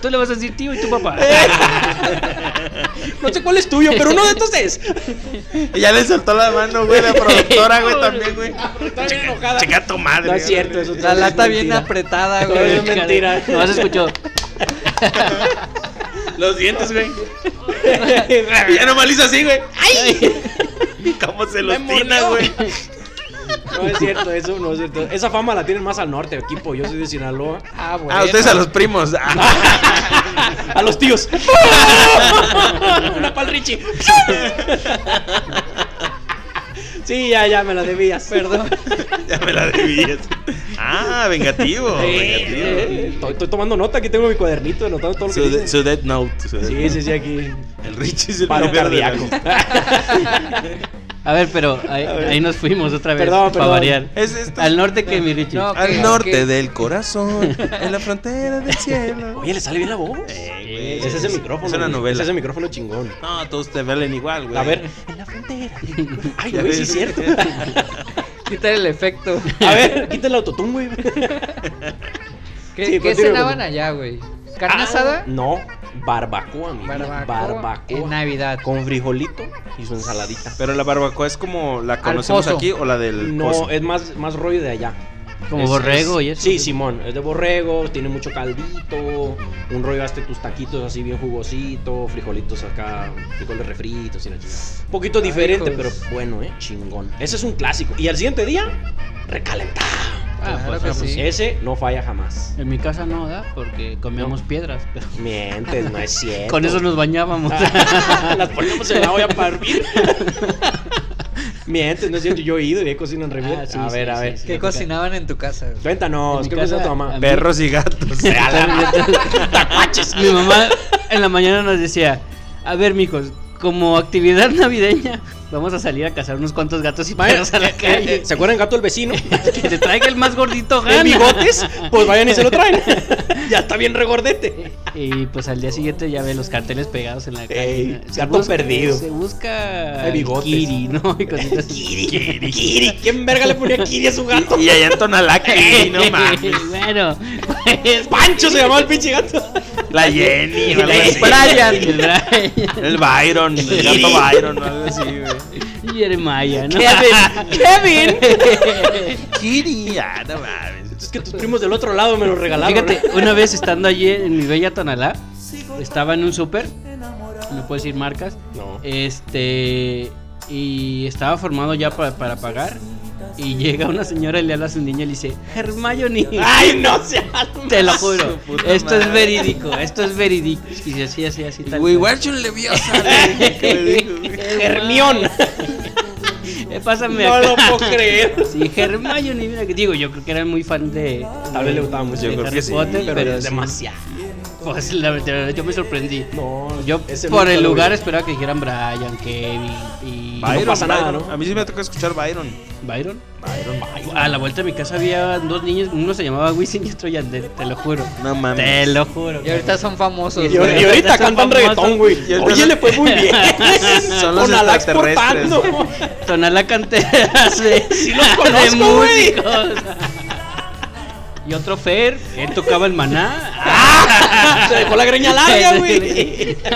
Speaker 4: Tú le vas a decir tío y tu papá.
Speaker 7: No sé cuál es tuyo, pero uno de estos es.
Speaker 2: Y ya le soltó la mano, güey, la productora, güey, también, güey.
Speaker 7: Está bien enojada.
Speaker 2: Checa a tu madre.
Speaker 7: No es cierto, eso
Speaker 3: La lata bien
Speaker 7: apretada.
Speaker 3: apretada,
Speaker 7: Todo es
Speaker 3: güey.
Speaker 7: mentira.
Speaker 4: No has escuchado.
Speaker 2: Los dientes, güey. ya nomás le hizo así, güey. ¡Ay! ¿Cómo se los tina, güey?
Speaker 7: No es cierto, eso no es cierto. Esa fama la tienen más al norte, equipo. Yo soy de Sinaloa.
Speaker 3: Ah, bueno.
Speaker 2: Ah, ustedes a los primos. Ah,
Speaker 7: A los tíos. Una pal Richie. Sí, ya, ya me la debías. Perdón.
Speaker 2: ya me la debías. Ah, vengativo. vengativo.
Speaker 7: eh, Estoy, estoy tomando nota, aquí tengo mi cuadernito anotando todo lo que
Speaker 2: Su, de-
Speaker 7: dice.
Speaker 2: su Death Note. su Death
Speaker 7: Sí,
Speaker 2: Note.
Speaker 7: sí, sí, aquí.
Speaker 2: El Richie es el
Speaker 7: Paro
Speaker 2: primero de la
Speaker 7: cardíaco.
Speaker 2: lista.
Speaker 4: A ver, pero ahí, ahí nos fuimos otra vez.
Speaker 7: Perdón,
Speaker 4: Para
Speaker 7: perdón.
Speaker 4: variar.
Speaker 2: Es esto.
Speaker 4: Al norte que mi Richie.
Speaker 3: No,
Speaker 2: Al
Speaker 3: ok,
Speaker 2: norte
Speaker 3: ok.
Speaker 2: del corazón, en la frontera del cielo.
Speaker 7: Oye, le sale bien la voz.
Speaker 2: Eh,
Speaker 7: Ese es el micrófono.
Speaker 2: Es una
Speaker 7: güey.
Speaker 2: novela.
Speaker 7: Ese es el micrófono chingón.
Speaker 2: No, todos te valen igual, güey.
Speaker 7: A ver.
Speaker 4: En la frontera.
Speaker 7: Ay,
Speaker 2: Ya
Speaker 7: güey, sí
Speaker 2: ves.
Speaker 7: es cierto.
Speaker 3: Quita el efecto.
Speaker 7: A ver, quita el autotune, güey.
Speaker 3: ¿Qué,
Speaker 7: Sí,
Speaker 3: qué
Speaker 7: continúa,
Speaker 3: cenaban
Speaker 7: continúa.
Speaker 3: allá, güey? ¿Carne
Speaker 7: Ah,
Speaker 3: asada?
Speaker 7: No, barbacoa, mi
Speaker 3: Barbacoa.
Speaker 7: barbacoa.
Speaker 3: En Navidad.
Speaker 7: Con frijolito y su ensaladita.
Speaker 2: Pero la barbacoa es como la conocemos
Speaker 3: pozo.
Speaker 2: aquí o la del
Speaker 7: No,
Speaker 2: pozo.
Speaker 7: es más, más rollo de allá.
Speaker 4: Como
Speaker 7: Es-
Speaker 4: borrego
Speaker 7: es-
Speaker 4: y eso.
Speaker 7: Sí, Simón, es de borrego, tiene mucho caldito, un rollo hasta tus taquitos así bien jugosito, frijolitos acá, frijoles refritos y la chingada. Un poquito diferente,
Speaker 3: Ricos.
Speaker 7: pero bueno, eh, chingón. Ese es un clásico. Y al siguiente día, recalentado.
Speaker 3: Ah,
Speaker 4: pues,
Speaker 3: claro que
Speaker 4: ah, pues,
Speaker 3: sí.
Speaker 7: Ese no falla jamás.
Speaker 4: En mi casa no da porque comíamos piedras, pero
Speaker 7: Mientes, Eh, no Ah, es cierto.
Speaker 4: con eso nos bañábamos.
Speaker 7: Las poníamos en la olla para hervir. Mientes, no es cierto. Yo he ido y he cocinado en Riviera.
Speaker 4: Ah, sí,
Speaker 7: a
Speaker 4: sí,
Speaker 7: ver, a
Speaker 4: sí,
Speaker 7: ver.
Speaker 4: sí.
Speaker 3: ¿Qué cocinaban en tu casa? güey?
Speaker 4: En
Speaker 7: Cuéntanos,
Speaker 4: mi
Speaker 7: ¿qué pensó
Speaker 4: casa,
Speaker 7: tu mamá?
Speaker 4: a mí-
Speaker 2: Perros y gatos.
Speaker 4: Mi mamá en la mañana nos decía, a ver, mijos, como actividad navideña, vamos a salir a cazar unos cuantos gatos y perros a la calle.
Speaker 7: ¿Se acuerdan gato el vecino?
Speaker 4: Que te traiga el más gordito
Speaker 7: ¿En
Speaker 4: gana.
Speaker 7: bigotes? Pues vayan y se lo traen. ya está bien regordete.
Speaker 4: Y pues al día siguiente ya ve los carteles pegados en la calle.
Speaker 7: Ey,
Speaker 4: ¿no?
Speaker 7: gato perdido.
Speaker 4: Se busca
Speaker 7: De bigotes.
Speaker 4: Kiri, ¿no? Y cositas así.
Speaker 7: Kiri, Kiri. ¿Quién verga le ponía Kiri a su gato?
Speaker 2: Y allá en Tonalá, que no mames.
Speaker 4: bueno, pues,
Speaker 7: Pancho se llamaba el pinche gato.
Speaker 2: La Jenny, o algo así.
Speaker 4: el pues, Brian
Speaker 2: El Byron, el gato Byron, o algo así, güey.
Speaker 4: y el Maya, ¿no?
Speaker 7: Kevin.
Speaker 2: Kiri, ah, no mames.
Speaker 7: Es que tus primos del otro lado me lo regalaron.
Speaker 4: Fíjate,
Speaker 7: ¿eh?
Speaker 4: una vez estando allí en mi bella Tonalá, estaba en un súper, no puedo decir marcas,
Speaker 7: No.
Speaker 4: este, y estaba formado ya pa- para pagar, y llega una señora y le habla a su niña y le dice, Hermione,
Speaker 7: Ay, no seas.
Speaker 4: te lo juro,
Speaker 2: puta
Speaker 4: esto es
Speaker 2: madre.
Speaker 4: verídico, esto es verídico, y así, así, así, tal.
Speaker 2: We
Speaker 4: cual.
Speaker 2: were you leviosa, güey. ¿Qué le dijo, güey?
Speaker 7: Hermión.
Speaker 4: Eh, Pásame
Speaker 2: No
Speaker 4: acá.
Speaker 2: lo puedo creer.
Speaker 4: Sí, Hermione, mira que digo, yo creo que era muy fan de.
Speaker 7: Tal vez le gustaba mucho.
Speaker 4: de
Speaker 2: Yo creo
Speaker 4: Harry
Speaker 2: que sí,
Speaker 4: Potter,
Speaker 7: pero
Speaker 4: pero,
Speaker 7: sí.
Speaker 4: demasiado. Pues la verdad, yo me sorprendí.
Speaker 7: No,
Speaker 4: Yo
Speaker 7: ese
Speaker 4: por
Speaker 7: nunca
Speaker 4: el
Speaker 7: lo
Speaker 4: lugar
Speaker 7: vi.
Speaker 4: esperaba que dijeran Brian, Kevin y.
Speaker 7: Byron, pasa nada, ¿no?
Speaker 2: A mí sí me toca escuchar Byron.
Speaker 4: Byron.
Speaker 2: Byron, Byron.
Speaker 4: A la vuelta de mi casa había dos niños, uno se llamaba Wisin y otro Yandel, te lo juro.
Speaker 2: No mames.
Speaker 4: Te lo juro.
Speaker 3: Y ahorita son famosos.
Speaker 7: Y, ahor-
Speaker 3: güey.
Speaker 7: y ahorita cantan reggaetón, güey.
Speaker 2: Y ahorita-
Speaker 7: Oye, le fue muy bien.
Speaker 2: Son los
Speaker 7: Con Alá
Speaker 2: extraterrestres.
Speaker 7: exportando.
Speaker 4: Sonar la cantera de, sí
Speaker 7: los conozco, güey.
Speaker 4: Y otro Fer, él tocaba el maná.
Speaker 7: Se dejó la greña larga, güey.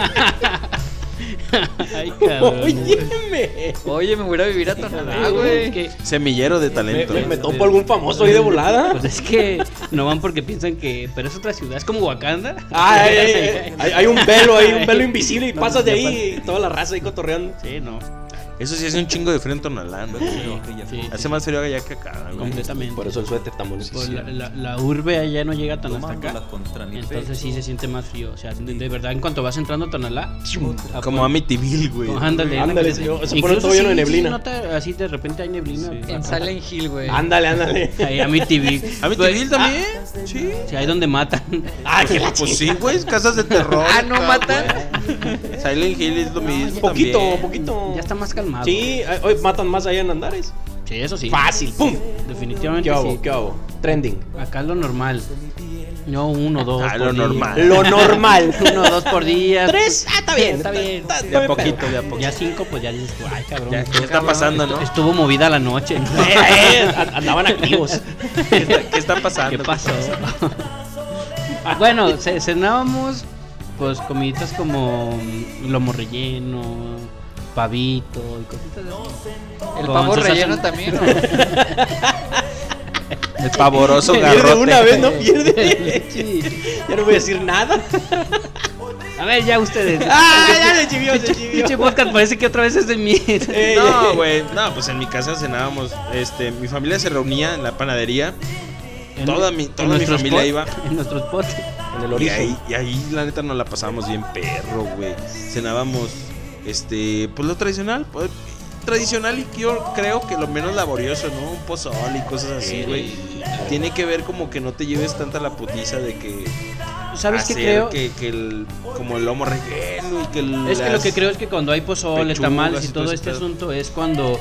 Speaker 4: Ay, cabrón.
Speaker 7: Pues Óyeme.
Speaker 3: Oye, me voy a ir a vivir a Tonalá, güey.
Speaker 4: Que-
Speaker 2: Semillero de
Speaker 7: Me,
Speaker 2: talento. ¿eh?
Speaker 7: me- me topo algún famoso ahí de volada.
Speaker 4: Pues es que no van porque piensan que. Pero es otra ciudad, es como Wakanda.
Speaker 7: Ah, Ay, ay, ay, hay, hay un velo ahí, un velo
Speaker 4: Ay.
Speaker 7: invisible y
Speaker 4: No,
Speaker 7: pasas de
Speaker 4: ya
Speaker 7: ahí y toda la raza ahí cotorreando.
Speaker 4: Sí, no.
Speaker 2: Eso sí hace un chingo de frío en Tonalá, ¿no?
Speaker 4: Sí,
Speaker 2: Hace más frío allá que acá, güey.
Speaker 4: completamente.
Speaker 7: Por eso el suéter tan bonito.
Speaker 4: Por Pues, la, la- la urbe allá no llega tan hasta acá. Entonces sí se siente más frío. O sea, de, de verdad, en cuanto vas entrando a Tonalá,
Speaker 7: Ah,
Speaker 2: Como Amityville, güey.
Speaker 4: Como- ándale,
Speaker 7: Ándale,
Speaker 4: sí.
Speaker 7: yo- se pone
Speaker 4: Incluso
Speaker 7: todo lleno de
Speaker 4: sí, sí
Speaker 7: neblina.
Speaker 4: nota así de repente hay neblina.
Speaker 3: En Silent Hill, güey.
Speaker 7: Ándale, ándale.
Speaker 4: Ahí, a mi TV.
Speaker 2: ¿Amityville también?
Speaker 4: ah.
Speaker 2: Sí.
Speaker 4: Sí, ahí donde matan.
Speaker 7: Ah, que la
Speaker 2: Pues sí, güey, casas de terror.
Speaker 3: Ah, ¿no
Speaker 2: acá,
Speaker 3: matan?
Speaker 2: güey. Silent Hill es lo mismo.
Speaker 7: Poquito,
Speaker 2: también.
Speaker 7: poquito.
Speaker 4: Ya está más calmado.
Speaker 7: Sí, ay, hoy matan más allá en Andares.
Speaker 4: Sí, eso sí.
Speaker 7: Fácil, pum.
Speaker 4: Definitivamente
Speaker 7: ¿Qué hago?
Speaker 4: sí.
Speaker 7: ¿Qué hago? Trending.
Speaker 4: Acá es lo normal. No uno, dos.
Speaker 2: Ah,
Speaker 4: por
Speaker 2: lo
Speaker 4: día.
Speaker 2: normal.
Speaker 7: Lo normal.
Speaker 4: Uno, dos por día.
Speaker 7: Tres. Ah, está bien, está bien.
Speaker 2: De a poquito, de a poquito.
Speaker 4: Ya cinco, pues ya dices, ay, cabrón.
Speaker 2: Ya, ya está pasando, ¿no?
Speaker 4: Estuvo movida la noche.
Speaker 7: Eh, Andaban activos.
Speaker 2: ¿Qué está pasando?
Speaker 4: ¿Qué pasó? bueno, ce- cenábamos pues comiditas como mm, lomo relleno, pavito y cositas así.
Speaker 3: El
Speaker 4: Con
Speaker 3: pavo
Speaker 4: salsa-
Speaker 3: relleno también, ¿no?
Speaker 2: El pavoroso
Speaker 7: Pierde
Speaker 2: garrote.
Speaker 7: una vez, ¿no? Pierde.
Speaker 4: Sí.
Speaker 7: Ya no voy a decir nada.
Speaker 4: A ver, ya ustedes.
Speaker 7: Ah, ya se chivió, se
Speaker 4: Pinche
Speaker 7: chivió.
Speaker 4: podcast parece que otra vez es de mí.
Speaker 7: Eh,
Speaker 2: No, güey. No, pues en mi casa cenábamos. Este, mi familia se reunía en la panadería. toda mi- toda mi
Speaker 4: nuestros
Speaker 2: familia
Speaker 4: pot-
Speaker 2: iba.
Speaker 4: En nuestros potes.
Speaker 7: En el
Speaker 2: Y
Speaker 7: origen.
Speaker 2: ahí, y ahí, la neta nos la pasamos bien perro, güey. Cenábamos, este, pues lo tradicional, pues, tradicional y yo creo que lo menos laborioso, ¿no? Un pozol y cosas así, güey. Tiene que ver como que no te lleves tanta la putiza de que
Speaker 4: ¿Sabes qué
Speaker 2: hacer
Speaker 4: creo?
Speaker 2: que, que el como el lomo relleno y que el,
Speaker 4: Es que lo
Speaker 2: las-
Speaker 4: que creo es que cuando hay pozole,
Speaker 2: pechugas
Speaker 4: tamales
Speaker 2: y
Speaker 4: y
Speaker 2: todo
Speaker 4: todo
Speaker 2: ese
Speaker 4: este
Speaker 2: pedo.
Speaker 4: asunto es cuando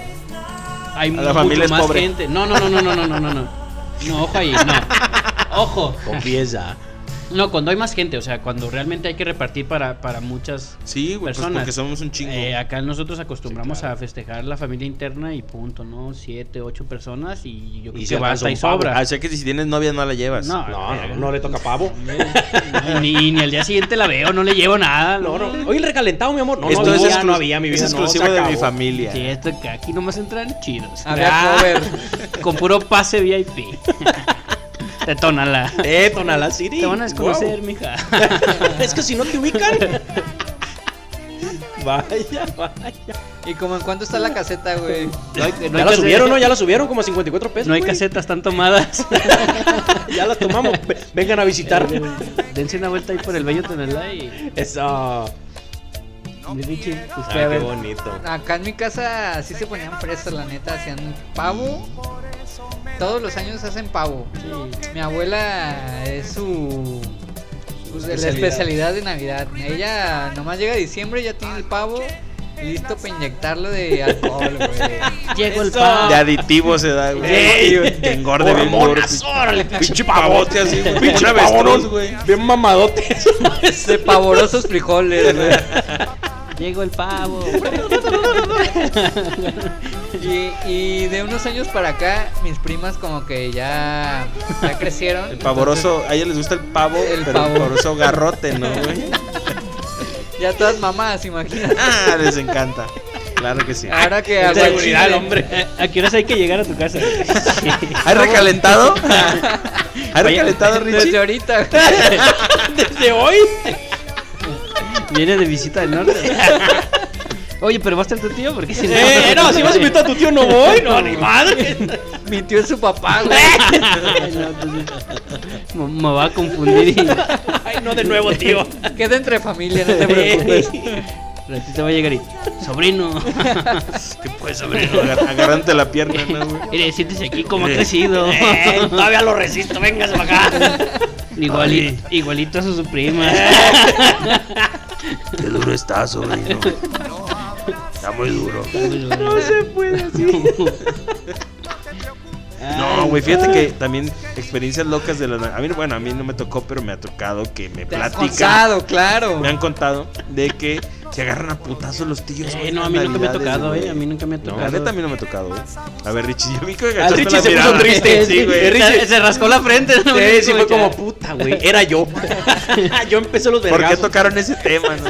Speaker 4: hay
Speaker 2: la
Speaker 4: mucho
Speaker 2: familia es
Speaker 4: más
Speaker 2: pobre.
Speaker 4: gente. No, no, no, no, no, no, no, no, no. No, ojo ahí, no. Ojo.
Speaker 7: Confiesa.
Speaker 4: No, cuando hay más gente, o sea, cuando realmente hay que repartir para, para muchas
Speaker 2: Sí, güey, pues
Speaker 4: personas.
Speaker 2: porque somos un chingo.
Speaker 4: Eh, acá nosotros acostumbramos a festejar la familia interna y punto, ¿no? Siete, ocho personas y yo creo
Speaker 7: si
Speaker 4: que
Speaker 7: alcanza
Speaker 4: basta
Speaker 7: un
Speaker 4: y
Speaker 7: pavo.
Speaker 4: sobra.
Speaker 2: Ah, o sea que si tienes novia no la llevas.
Speaker 4: No,
Speaker 7: No, no, no le toca pavo.
Speaker 4: no, ni, ni al día siguiente la veo, no le llevo nada.
Speaker 7: No, no. Oye, el recalentado, mi amor. No,
Speaker 2: Esto
Speaker 7: no,
Speaker 2: es,
Speaker 7: había,
Speaker 2: exclu-
Speaker 7: no había, mi vida.
Speaker 2: es
Speaker 7: no, se
Speaker 2: exclusivo de mi
Speaker 7: acabó.
Speaker 2: familia.
Speaker 4: Sí, esto que aquí nomás entran chidos. Ah,
Speaker 3: Había cover.
Speaker 4: Con puro pase VIP. Te tónala.
Speaker 7: Eh, Tonalá City.
Speaker 4: Te van a desconocer, mija.
Speaker 7: es que si no te ubican. Vaya, vaya.
Speaker 3: ¿Y como en cuánto está la caseta, güey?
Speaker 4: No hay- no
Speaker 7: ya
Speaker 4: hay
Speaker 7: la
Speaker 4: caseta-
Speaker 7: subieron, ¿no? Ya la subieron como a 54 pesos.
Speaker 4: No hay
Speaker 7: güey.
Speaker 4: casetas tan tomadas.
Speaker 7: Ya las tomamos. Ve- Vengan a visitar.
Speaker 4: Dense una vuelta ahí por el bello tonalá y.
Speaker 7: Eso.
Speaker 4: mi Richie, pues,
Speaker 7: Ay,
Speaker 4: fue a
Speaker 7: qué
Speaker 4: ver.
Speaker 7: bonito.
Speaker 3: Acá en mi casa sí se ponían fresas, la neta. Hacían pavo. Todos los años hacen pavo. Mi abuela es su. su- la especialidad de Navidad. Ella nomás llega a diciembre, ya tiene el pavo listo para inyectarlo de alcohol, güey.
Speaker 4: Llegó el
Speaker 7: Eso.
Speaker 4: pan.
Speaker 2: De aditivo se da, güey.
Speaker 7: Ey.
Speaker 2: Te engorde bien duro.
Speaker 7: Hormonas, órale,
Speaker 2: Pinche pavote así, güey. Pinche avestruz,
Speaker 7: pavón,
Speaker 2: güey.
Speaker 7: Bien mamadote.
Speaker 3: De pavorosos frijoles, güey.
Speaker 4: Llegó el pavo.
Speaker 3: Y, y de unos años para acá, mis primas como que ya, ya crecieron.
Speaker 2: El pavoroso, a ella les gusta el pavo,
Speaker 3: El
Speaker 2: pero el
Speaker 3: pavo.
Speaker 2: pavoroso garrote, ¿no, güey?
Speaker 3: Entonces, ya todas mamás, imagínate.
Speaker 2: Ah, les encanta. Claro que sí.
Speaker 3: Ahora que
Speaker 7: De
Speaker 3: aguachile-
Speaker 7: seguridad, el hombre.
Speaker 4: ¿A qué horas hay que llegar a tu casa?
Speaker 2: ¿Hay recalentado? ¿Hay
Speaker 4: Oye,
Speaker 2: recalentado,
Speaker 3: Desde
Speaker 2: Richie?
Speaker 3: ahorita, güey.
Speaker 7: Desde hoy.
Speaker 4: Viene de visita del norte. Oye, pero va a estar tu tío porque si no.
Speaker 7: Eh, no, si vas a invitar a tu tío, no voy. No, ni madre.
Speaker 3: mi tío es su papá, güey.
Speaker 4: Ay, no, entonces, me, me va a confundir. y-
Speaker 7: Ay, no, de nuevo, tío.
Speaker 3: Queda entre familia, no te preocupes.
Speaker 4: Ratito va a llegar y. Sobrino.
Speaker 2: ¿Qué puedes, sobrino? Agar- Agarrante la pierna, ¿no, güey?
Speaker 4: Mire, siéntese aquí como ha crecido.
Speaker 5: Todavía lo resisto, vengas para acá.
Speaker 4: Iguali- igualito a su prima.
Speaker 2: Qué duro está, sobrino. Está muy duro.
Speaker 4: No se puede así.
Speaker 2: No, güey, fíjate que también experiencias locas de la. A mí, bueno, a mí no me tocó, pero me ha tocado que me
Speaker 3: Te has
Speaker 2: platican.
Speaker 3: contado, claro.
Speaker 2: Me han contado de que se agarran a putazos los tíos. güey,
Speaker 4: Eh, no, a mí nunca me ha
Speaker 2: navidades,
Speaker 4: tocado,
Speaker 2: güey.
Speaker 4: eh. A mí nunca me ha
Speaker 2: No,
Speaker 4: tocado. Ah,
Speaker 2: la neta a mí no me ha tocado, güey. A ver, Richie, yo vi que
Speaker 7: Al
Speaker 2: agachaste
Speaker 7: Richie
Speaker 2: la
Speaker 7: se puso
Speaker 2: mirada.
Speaker 7: triste,
Speaker 2: Sí, güey.
Speaker 7: Richie-
Speaker 4: Se- Se rascó la frente. no me
Speaker 7: Sí, sí, fue
Speaker 4: escucha.
Speaker 7: como puta, güey. Era yo. yo empecé los
Speaker 2: ¿Por qué
Speaker 7: vergazos.
Speaker 2: tocaron ese tema, no?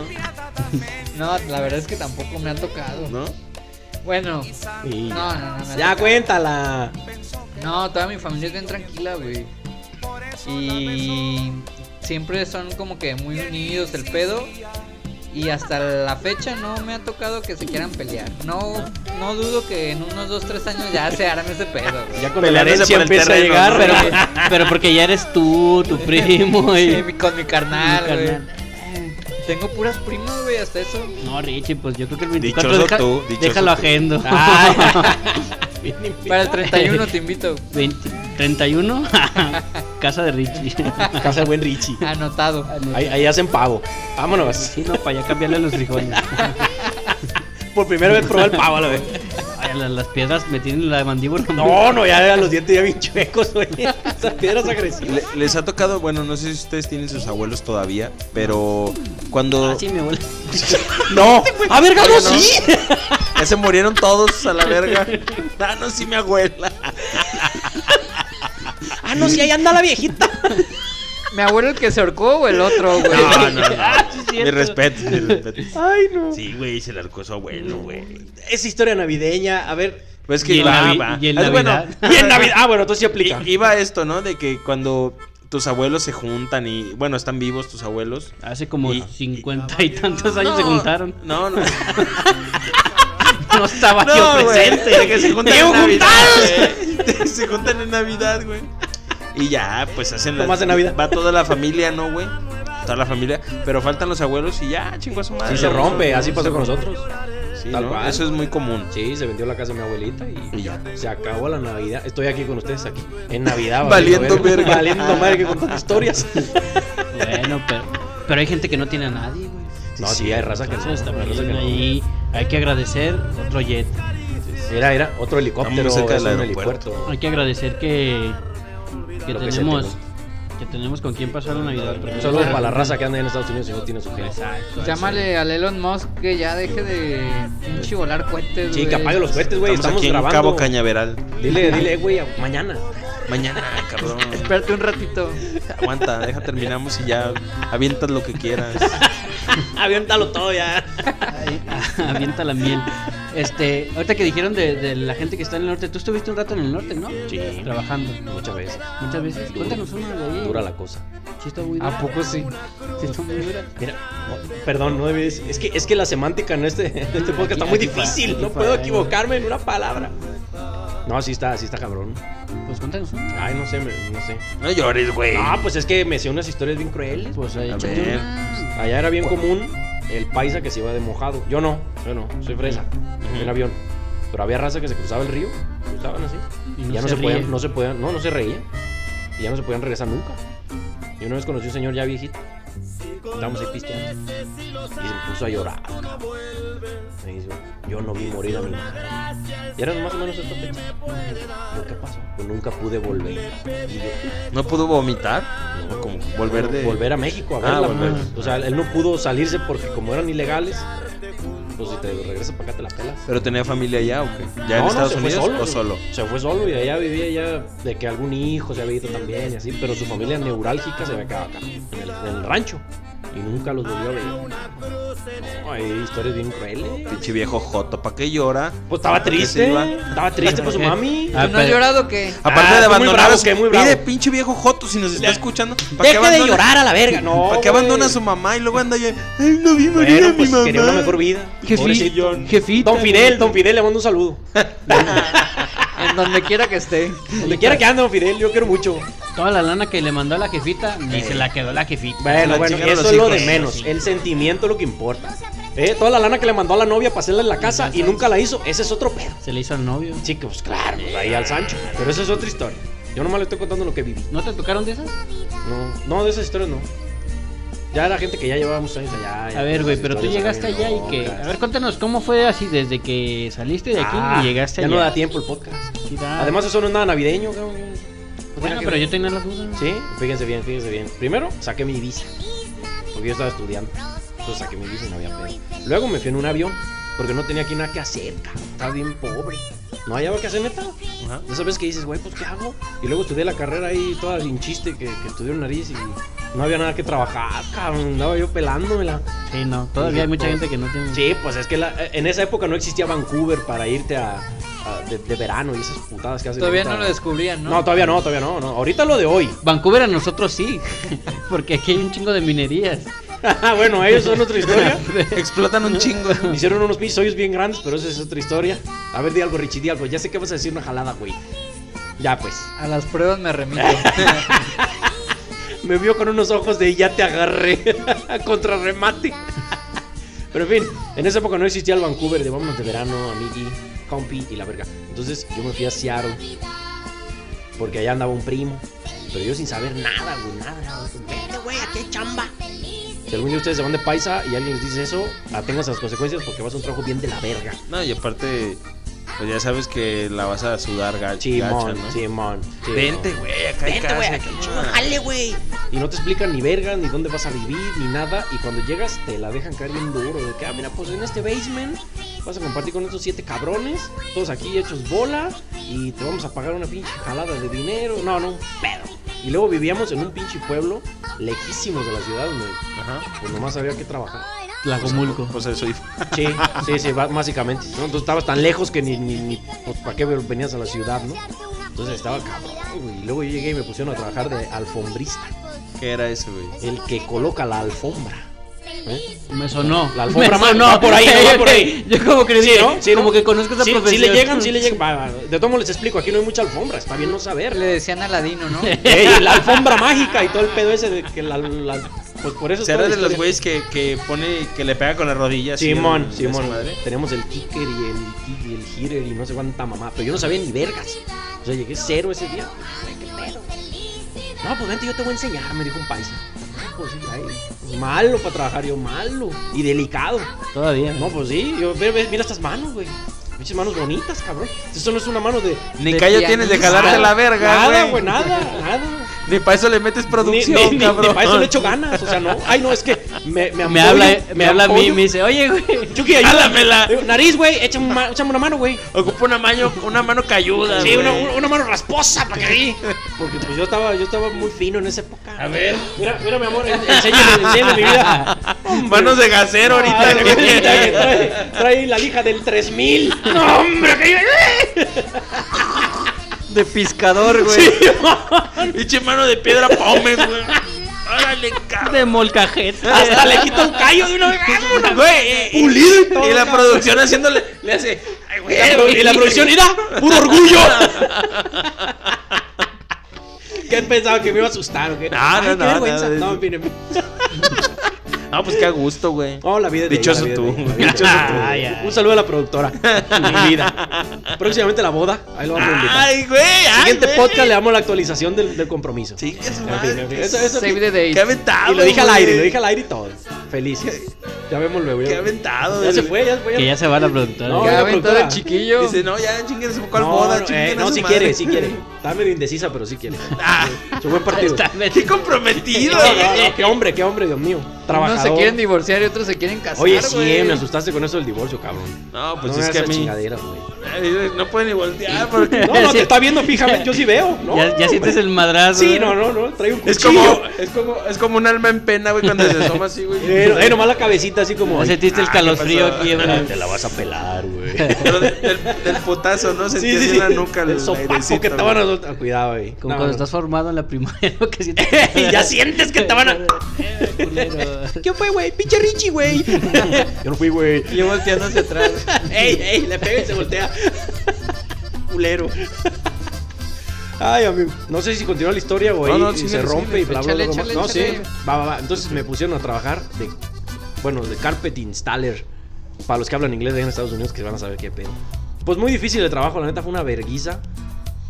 Speaker 3: No, la verdad es que tampoco me ha tocado.
Speaker 2: ¿No?
Speaker 3: Bueno,
Speaker 7: Sí.
Speaker 3: no, no, no. me ha
Speaker 7: Ya
Speaker 3: tocado.
Speaker 7: cuéntala.
Speaker 3: No, toda mi familia es bien tranquila, güey. Y siempre son como que muy unidos el pedo. Y hasta la fecha no me ha tocado que se quieran pelear. No, no dudo que en unos 2, 3 años ya se harán ese pedo, güey.
Speaker 7: Ya con la
Speaker 2: Peleándose
Speaker 7: herencia
Speaker 2: por el
Speaker 7: empieza a
Speaker 2: terreno,
Speaker 7: llegar,
Speaker 2: ¿no?
Speaker 7: pero.
Speaker 4: Pero porque ya eres tú, tu primo. y-
Speaker 3: Sí, mi- con mi carnal,
Speaker 4: Mi
Speaker 3: güey.
Speaker 4: carnal.
Speaker 3: Tengo puras primas, güey, hasta eso.
Speaker 4: No, Richie, pues yo creo que el 24
Speaker 2: Dichoso
Speaker 4: deja-
Speaker 2: tú, dichoso
Speaker 4: déjalo
Speaker 2: tú.
Speaker 4: agendo.
Speaker 3: Para el 31 te invito.
Speaker 4: 20 31 Casa de Richie.
Speaker 7: Casa del buen Richie.
Speaker 3: Anotado.
Speaker 7: Ahí, ahí hacen pavo. Vámonos.
Speaker 4: Sí, no, para ya cambiarle los frijoles.
Speaker 7: Por primera vez probé el pavo a la vez.
Speaker 4: Ay, la- las piedras me tienen la mandíbula.
Speaker 7: No, no, ya los dientes ya bien chuecos, güey. Esas piedras agresivas.
Speaker 2: Le- les ha tocado, bueno, no sé si ustedes tienen sus abuelos todavía, pero cuando.
Speaker 4: Ah, sí, mi abuela.
Speaker 7: No. A Este ¡Ah, verga, no,
Speaker 2: Oye, no.
Speaker 7: sí.
Speaker 2: Ya se murieron todos a la verga. Ah, no, sí, mi abuela.
Speaker 7: Ah, no, sí, ahí anda la viejita.
Speaker 3: ¿Mi abuelo el que se ahorcó o el otro, güey?
Speaker 2: No,
Speaker 4: Ah,
Speaker 2: no, no.
Speaker 4: sí es
Speaker 2: mi
Speaker 4: cierto.
Speaker 2: respeto, mi respeto.
Speaker 7: Ay, no.
Speaker 2: Sí, güey, se le arcó su abuelo, güey.
Speaker 7: Es historia navideña. A ver.
Speaker 2: Pues es que
Speaker 4: Y en
Speaker 2: iba,
Speaker 4: Navi-
Speaker 2: va.
Speaker 4: y en
Speaker 2: Ah, bueno,
Speaker 4: Navidad.
Speaker 7: Bien, Navidad. Ah, bueno, entonces sí aplica.
Speaker 2: i- iba esto, ¿no? De que cuando tus abuelos se juntan y, bueno, están vivos tus abuelos.
Speaker 4: Hace como
Speaker 2: Y-
Speaker 4: 50 y tantos años se
Speaker 2: No,
Speaker 4: juntaron.
Speaker 2: No, no.
Speaker 4: No estaba
Speaker 2: No,
Speaker 4: yo
Speaker 2: güey,
Speaker 4: presente.
Speaker 2: de que se juntan
Speaker 4: ¡Yo
Speaker 2: en Navidad.
Speaker 4: juntado!
Speaker 2: güey. Se juntan en Navidad, güey. Y ya, pues hacen la.
Speaker 7: Nomás de Navidad.
Speaker 2: Va toda la familia, ¿no, güey? Toda la familia. Pero faltan los abuelos y ya, chingo a su madre.
Speaker 7: Sí, se rompe. Así pasó con
Speaker 2: nosotros.
Speaker 7: nosotros.
Speaker 2: Sí,
Speaker 7: Tal
Speaker 2: ¿no?
Speaker 7: cual.
Speaker 2: Eso es muy común.
Speaker 7: Sí, se vendió la casa de mi abuelita y ya. Se acabó la Navidad. Estoy aquí con ustedes aquí. En Navidad.
Speaker 2: Valiendo verga.
Speaker 7: Valiendo madre que contando historias.
Speaker 4: Bueno, pero, pero hay gente que no tiene a nadie, güey.
Speaker 7: No, sí, hay raza que no.
Speaker 4: Entonces,
Speaker 7: hay
Speaker 4: también
Speaker 7: raza que no.
Speaker 4: ahí hay que agradecer otro jet.
Speaker 7: Era, era otro helicóptero.
Speaker 2: Estamos cerca
Speaker 7: es
Speaker 2: del
Speaker 7: un
Speaker 2: aeropuerto.
Speaker 7: helipuerto.
Speaker 4: Hay que agradecer que, que
Speaker 7: Lo que se
Speaker 4: tenemos que tenemos con quién pasar la Navidad. porque-
Speaker 7: Solo para la raza que anda en Estados Unidos y no tiene su gente.
Speaker 4: Exacto.
Speaker 3: Llámale al Elon Musk que ya deje de pinche volar cohetes,
Speaker 7: Sí,
Speaker 3: güey.
Speaker 7: que apague los cohetes, güey.
Speaker 2: Estamos,
Speaker 7: Estamos,
Speaker 2: aquí en
Speaker 7: grabando.
Speaker 2: Cabo Cañaveral.
Speaker 7: Dile, dile, güey, a- mañana.
Speaker 2: Mañana, cabrón.
Speaker 3: Espérate un ratito.
Speaker 2: Aguanta, deja, terminamos y ya avientas lo que quieras.
Speaker 7: Aviéntalo todo ya.
Speaker 4: Ahí, Avienta la miel. Este, ahorita que dijeron de, de la gente que está en el norte, tú estuviste un rato en el norte, ¿no?
Speaker 7: Sí.
Speaker 4: Trabajando
Speaker 7: Muchas veces.
Speaker 4: muchas veces. Cuéntanos una de ahí.
Speaker 7: Dura la cosa.
Speaker 4: Sí, está muy dura.
Speaker 3: ¿A poco sí?
Speaker 4: Sí, está muy dura.
Speaker 7: Mira, no, perdón, no debes. Es que, es que la semántica en este, en este podcast está muy
Speaker 4: Aquí pa-
Speaker 7: difícil.
Speaker 4: aquí
Speaker 7: No
Speaker 4: pa-
Speaker 2: eh.
Speaker 7: puedo equivocarme en una palabra. No, sí está, sí está cabrón.
Speaker 4: Pues cuéntanos una.
Speaker 7: Ay, no sé, me- no sé.
Speaker 2: No llores, güey.
Speaker 7: Ah, pues es que me sé unas historias bien crueles.
Speaker 4: Pues ahí,
Speaker 2: A
Speaker 4: échate
Speaker 2: ver.
Speaker 4: una.
Speaker 7: Allá era bien común el paisa que se iba de mojado. Yo no, yo no, soy fresa. En avión. Pero había raza que se cruzaba el río, cruzaban así.
Speaker 4: Y
Speaker 7: Y
Speaker 4: no
Speaker 7: ya no
Speaker 4: se
Speaker 7: se, podían,
Speaker 4: ríen.
Speaker 7: no se podían, no, no se reían. Y ya no se podían regresar nunca. Y una vez conocí a un señor ya viejito. Estábamos ahí pisteando. Y se puso a llorar. cabrón. Me dice, yo no vi morir a mi madre. Y eran más o menos esta fecha. Yo, ¿Qué pasó? Yo nunca pude volver. Y yo,
Speaker 2: ¿No pudo vomitar? Como volver de.
Speaker 7: volver a México a
Speaker 2: Ah,
Speaker 7: verla.
Speaker 2: volver.
Speaker 7: pues. O sea, él no pudo salirse porque como eran ilegales, pues si te regresas para acá te la pelas.
Speaker 2: ¿Pero tenía familia allá o qué? ¿Ya
Speaker 7: No,
Speaker 2: en
Speaker 7: no,
Speaker 2: Estados
Speaker 7: se fue
Speaker 2: Unidos o
Speaker 7: se-
Speaker 2: solo?
Speaker 7: Se fue solo y allá vivía ya de que algún hijo se había ido también y así, pero su familia neurálgica se había quedado acá, en el, en el rancho. Y nunca los volvió a ver. No, hay historias bien crueles.
Speaker 2: Pinche viejo Joto, ¿para qué llora?
Speaker 7: Pues estaba
Speaker 2: ¿Para qué se
Speaker 7: triste,
Speaker 2: iba?
Speaker 7: estaba triste por su mami.
Speaker 4: Ah,
Speaker 3: ¿No has
Speaker 4: pero-
Speaker 3: llorado o qué?
Speaker 2: Aparte
Speaker 7: Ah,
Speaker 2: de
Speaker 7: muy
Speaker 2: abandonar.
Speaker 7: bravo,
Speaker 2: a su-
Speaker 7: que muy bravo.
Speaker 2: Mire, pinche viejo Joto, si nos está escuchando. ¿Para
Speaker 7: Deja de llorar a la verga. No,
Speaker 2: ¿Para qué
Speaker 7: güey.
Speaker 2: abandona a su mamá y luego anda ya? Ay, no vi morir a
Speaker 7: Bueno,
Speaker 2: mi
Speaker 7: pues
Speaker 2: mamá.
Speaker 7: quería una mejor vida. Pobrecito. Don Fidel, Don Fidel, le mando un saludo.
Speaker 3: En donde quiera que esté.
Speaker 7: Donde quiera que ande, Don Fidel, yo quiero mucho.
Speaker 4: Toda la lana que le mandó a la jefita, eh, ni se la quedó la jefita.
Speaker 7: Bueno,
Speaker 2: La
Speaker 7: bueno,
Speaker 2: chingada
Speaker 7: eso
Speaker 2: los
Speaker 7: es lo
Speaker 2: hijos,
Speaker 7: de menos.
Speaker 2: sí.
Speaker 7: El sentimiento es lo que importa. Eh, toda la lana que le mandó a la novia para hacerla en la casa y nunca la hizo, ese es otro pedo.
Speaker 4: Se le hizo al novio.
Speaker 7: Sí, que pues claro, pues, ahí al Sancho. Pero esa es otra historia. Yo nomás le estoy contando lo que viví.
Speaker 4: ¿No te tocaron de esas?
Speaker 7: No, no, de esas historias no. Ya era gente que ya llevábamos años allá. ya
Speaker 4: A ver, güey, pero tú
Speaker 7: historias
Speaker 4: llegaste allá y que.
Speaker 7: locas.
Speaker 4: A ver, cuéntanos cómo fue así desde que saliste de aquí
Speaker 7: Ah,
Speaker 4: y llegaste
Speaker 7: ya
Speaker 4: allá.
Speaker 7: no da tiempo el podcast.
Speaker 4: Sí, da.
Speaker 7: Además, eso no es nada navideño, cabrón. No tiene
Speaker 4: bueno,
Speaker 7: que
Speaker 4: pero
Speaker 7: ver.
Speaker 4: yo tenía las dudas.
Speaker 7: Sí, fíjense bien, fíjense bien. Primero, saqué mi visa. Porque yo estaba estudiando. Entonces saqué mi visa y no había pedo. Luego me fui en un avión. Porque no tenía aquí nada que hacer, cabrón. Estaba bien pobre. No había nada que hacer, neta.
Speaker 2: Ajá.
Speaker 7: Ya sabes que dices, güey, pues ¿qué hago? Y luego estudié la carrera ahí toda sin chiste que, que estudió en nariz y no había nada que trabajar, cabrón. Andaba yo pelándomela.
Speaker 4: Sí, no, todavía hay mucha gente que no tiene.
Speaker 7: Sí, pues es que la- en esa época no existía Vancouver para irte a, a- de, de verano y esas putadas que hacen.
Speaker 3: Todavía
Speaker 7: ahorita.
Speaker 3: no lo descubrían, ¿no?
Speaker 7: No, todavía no, todavía no, no. Ahorita lo de hoy.
Speaker 4: Vancouver a nosotros sí, porque aquí hay un chingo de minerías.
Speaker 7: bueno, ellos son otra historia.
Speaker 2: Explotan un chingo.
Speaker 7: Hicieron unos pisos bien grandes, pero esa es otra historia. A ver, di algo, Richie, di algo. Ya sé que vas a decir una jalada, güey. Ya pues.
Speaker 3: A las pruebas me remito.
Speaker 7: Me vio con unos ojos de ya te agarré. Contrarremate. Pero en fin, en esa época no existía el Vancouver de vámonos de verano, amigui, compi y la verga. Entonces yo me fui a Seattle. Porque allá andaba un primo. Pero yo sin saber nada, güey, nada. Vete, güey, aquí hay chamba. Si algún día ustedes se van de paisa y alguien les dice eso, atengan esas consecuencias porque vas a un trabajo bien de la verga.
Speaker 2: No, y aparte, pues ya sabes que la vas a sudar gacha, gacha
Speaker 7: Simón,
Speaker 2: ¿no?
Speaker 7: Simón. Simón.
Speaker 2: Vente, güey, acá hay casa, acá hay chamba.
Speaker 7: Y no te explican ni verga, ni dónde vas a vivir, ni nada. Y cuando llegas, te la dejan caer bien duro. De que, ah, mira, pues en este basement vas a compartir con estos siete cabrones, todos aquí hechos bola, y te vamos a pagar una pinche jalada de dinero. No, no, un pedo. Y luego vivíamos en un pinche pueblo, lejísimos de la ciudad, donde
Speaker 2: Ajá.
Speaker 7: pues nomás había que trabajar.
Speaker 4: Tlacomulco.
Speaker 2: Pues eso, y-
Speaker 7: Sí, sí, sí, ba- básicamente. ¿no? Entonces estabas tan lejos que ni, ni, ni- pues, para qué venías a la ciudad, ¿no? Entonces estaba cabrón, güey. Y luego yo llegué y me pusieron a trabajar de alfombrista,
Speaker 2: ¿qué era eso, güey?
Speaker 7: el que coloca la alfombra. ¿eh?
Speaker 4: Me sonó.
Speaker 7: La alfombra
Speaker 4: Me
Speaker 7: más, va por ahí, no va por ahí.
Speaker 4: Yo como que
Speaker 7: Sí,
Speaker 4: dije,
Speaker 7: ¿no? Sí,
Speaker 4: como
Speaker 7: ¿no?
Speaker 4: que conozco esa
Speaker 7: Sí, sí
Speaker 4: profesión.
Speaker 7: le llegan, sí le llegan. Va, va, De todos modos les explico, aquí no hay mucha alfombra, está bien no
Speaker 3: Le
Speaker 7: saber.
Speaker 3: decían Aladino, ¿no?
Speaker 7: Ey, la alfombra mágica y todo el pedo ese de que la, la- pues por eso
Speaker 2: ¿Será
Speaker 7: toda la
Speaker 2: de los
Speaker 7: historia.
Speaker 2: güeyes que, que pone, que le pega con las rodillas?
Speaker 7: Simón,
Speaker 2: así, el-
Speaker 7: Simón.
Speaker 2: esa madre?
Speaker 7: Tenemos el kicker y el, kick y el hitter y no sé cuánta mamá. Pero yo no sabía ni vergas. O sea, llegué cero ese día. Ay, ¿Qué pedo? No, pues vente, yo te voy a enseñar, me dijo un paisa. Ah, Pues sí, ay, malo para trabajar yo, malo. Y delicado.
Speaker 4: Todavía.
Speaker 7: No, pues sí. Yo, ve- ve- mira estas manos, güey. Muchas manos bonitas, cabrón. Esto no es una mano de...
Speaker 2: Ni
Speaker 3: De
Speaker 2: callo tienes de
Speaker 3: pianista.
Speaker 2: jalarte la verga,
Speaker 7: Nada,
Speaker 2: güey.
Speaker 7: güey, nada, nada.
Speaker 2: Ni para eso le metes producción,
Speaker 7: Ni- ni- ni-
Speaker 2: cabrón.
Speaker 7: ni para eso le echo ganas, o sea, no. Ay, no, es que me, me,
Speaker 4: me
Speaker 7: apoyo,
Speaker 4: habla, me, habla a mí,
Speaker 7: apoyo.
Speaker 4: me dice, oye, güey.
Speaker 7: Chucky, ayúdame.
Speaker 2: Jálamela.
Speaker 7: Digo, Nariz, güey, échame, un ma- échame una mano, güey.
Speaker 2: Ocupa una mano, una mano cayuda,
Speaker 7: Sí, una,
Speaker 2: güey.
Speaker 7: una mano rasposa para que ahí. Porque pues yo estaba, yo estaba muy fino en esa época. A ver. Mira, mira, mi amor, en- enséñame, enséñame mi vida.
Speaker 2: Manos de gasero ahorita.
Speaker 7: Ay,
Speaker 2: güey.
Speaker 7: ahorita que trae, trae la lija del 3000. No, hombre, que
Speaker 3: De pescador, güey.
Speaker 2: Pinche mano de piedra pomes, güey. Órale, cabrón.
Speaker 4: De molcajete.
Speaker 7: Hasta le quita un callo de una vez.
Speaker 2: Güey, y-
Speaker 7: Pulido y todo,
Speaker 2: Y la
Speaker 7: cabrón.
Speaker 2: producción haciéndole, eh, le hace, ay, güey.
Speaker 7: La pro- Y la producción, mira, puro orgullo. ¿Qué pensaba que me iba a asustar? o qué?
Speaker 2: No,
Speaker 7: Ay,
Speaker 2: no,
Speaker 7: qué
Speaker 2: no,
Speaker 7: vergüenza.
Speaker 2: nada de
Speaker 7: No,
Speaker 2: eso.
Speaker 7: miren.
Speaker 2: Ah, pues qué a gusto, güey.
Speaker 7: Oh, la vida de
Speaker 2: Dichoso
Speaker 7: ella, la
Speaker 2: tú.
Speaker 7: vida de ella, la vida de
Speaker 2: Dichoso
Speaker 7: ella.
Speaker 2: tú.
Speaker 7: Ay, ay. Un saludo a la productora. Mi vida. Próximamente la boda. Ahí lo vamos a invitar.
Speaker 2: Ay, güey. ay,
Speaker 7: Siguiente
Speaker 2: güey.
Speaker 7: podcast le damos la actualización del, del compromiso.
Speaker 2: Chingue su
Speaker 7: En fin, en fin.
Speaker 2: madre.
Speaker 7: Eso- eso-
Speaker 3: Save the date.
Speaker 2: Qué aventado.
Speaker 7: y lo dije al
Speaker 2: güey.
Speaker 7: aire, lo dije al aire y todo. Felices. Ya vemos luego.
Speaker 2: Qué
Speaker 7: Ya,
Speaker 2: aventado.
Speaker 7: ya se
Speaker 2: güey.
Speaker 7: fue, ya se fue.
Speaker 4: Que ya se va la productora.
Speaker 7: No,
Speaker 3: Ya
Speaker 7: la
Speaker 3: aventó
Speaker 7: productora.
Speaker 3: el chiquillo.
Speaker 2: Dice, no, ya chinguen su cual
Speaker 7: no,
Speaker 2: boda,
Speaker 7: no,
Speaker 2: chinguen
Speaker 7: eh,
Speaker 2: a
Speaker 7: no,
Speaker 2: su
Speaker 7: si
Speaker 2: madre.
Speaker 7: quiere, si quiere. Está medio indecisa, pero sí quiere.
Speaker 2: Ah,
Speaker 7: Su buen partido.
Speaker 4: Está
Speaker 2: qué
Speaker 4: metido.
Speaker 2: comprometido,
Speaker 7: No, no,
Speaker 2: güey.
Speaker 7: no, qué hombre, qué hombre, Dios mío. Trabajador.
Speaker 3: Unos se quieren divorciar y otros se quieren casar.
Speaker 7: Oye, sí,
Speaker 3: güey.
Speaker 7: eh, me asustaste con eso del divorcio, cabrón.
Speaker 2: No, pues
Speaker 7: No me
Speaker 2: es que a
Speaker 7: hagas
Speaker 2: mí.
Speaker 7: chingaderas, güey.
Speaker 2: Ay, No pueden ni voltear porque.
Speaker 7: No, no, te está viendo fijamente, yo sí veo. No,
Speaker 4: ya ya sientes el madrazo.
Speaker 7: Sí,
Speaker 4: güey.
Speaker 7: no, no, no, trae un
Speaker 2: Es
Speaker 7: cuchillo.
Speaker 2: como, es como, es como un alma en pena, güey, cuando se asoma así, güey.
Speaker 7: Eh, eh, nomás la cabecita así como...
Speaker 4: Ya sentiste el
Speaker 2: Ah, ¿qué
Speaker 4: calofrío
Speaker 2: pasó?
Speaker 4: aquí, güey.
Speaker 7: Te la vas a pelar, güey.
Speaker 2: Pero de- del, del putazo, ¿no?
Speaker 7: Sí,
Speaker 2: Sentías
Speaker 7: sí,
Speaker 2: en
Speaker 7: sí.
Speaker 2: la nuca el
Speaker 7: el sopapo
Speaker 2: airecito,
Speaker 7: que te van a
Speaker 2: güey.
Speaker 7: soltar. Cuidado, güey.
Speaker 4: Como
Speaker 7: No,
Speaker 4: cuando
Speaker 7: no.
Speaker 4: estás formado en la primaria, ¿no? Que sientes.
Speaker 7: ya sientes que te van a...
Speaker 4: Culero.
Speaker 7: ¿Qué fue, güey? Pinche Richie, güey. Yo no fui, güey.
Speaker 3: Y volteando hacia atrás.
Speaker 7: ¡Ey, ey! Le pega y se voltea. Culero. Ay, amigo. No sé si continúa la historia o
Speaker 2: No,
Speaker 7: ahí
Speaker 2: no,
Speaker 7: y
Speaker 2: síguele,
Speaker 7: se rompe
Speaker 2: síguele.
Speaker 7: y bla, bla, bla.
Speaker 3: Échale,
Speaker 7: bla. no,
Speaker 3: échale,
Speaker 7: sí.
Speaker 3: échale.
Speaker 7: Va, va, va. Entonces me pusieron a trabajar de Bueno, de carpet installer. Para los que hablan inglés de en Estados Unidos que van a saber qué pedo. Pues muy difícil el trabajo, la neta fue una verguiza.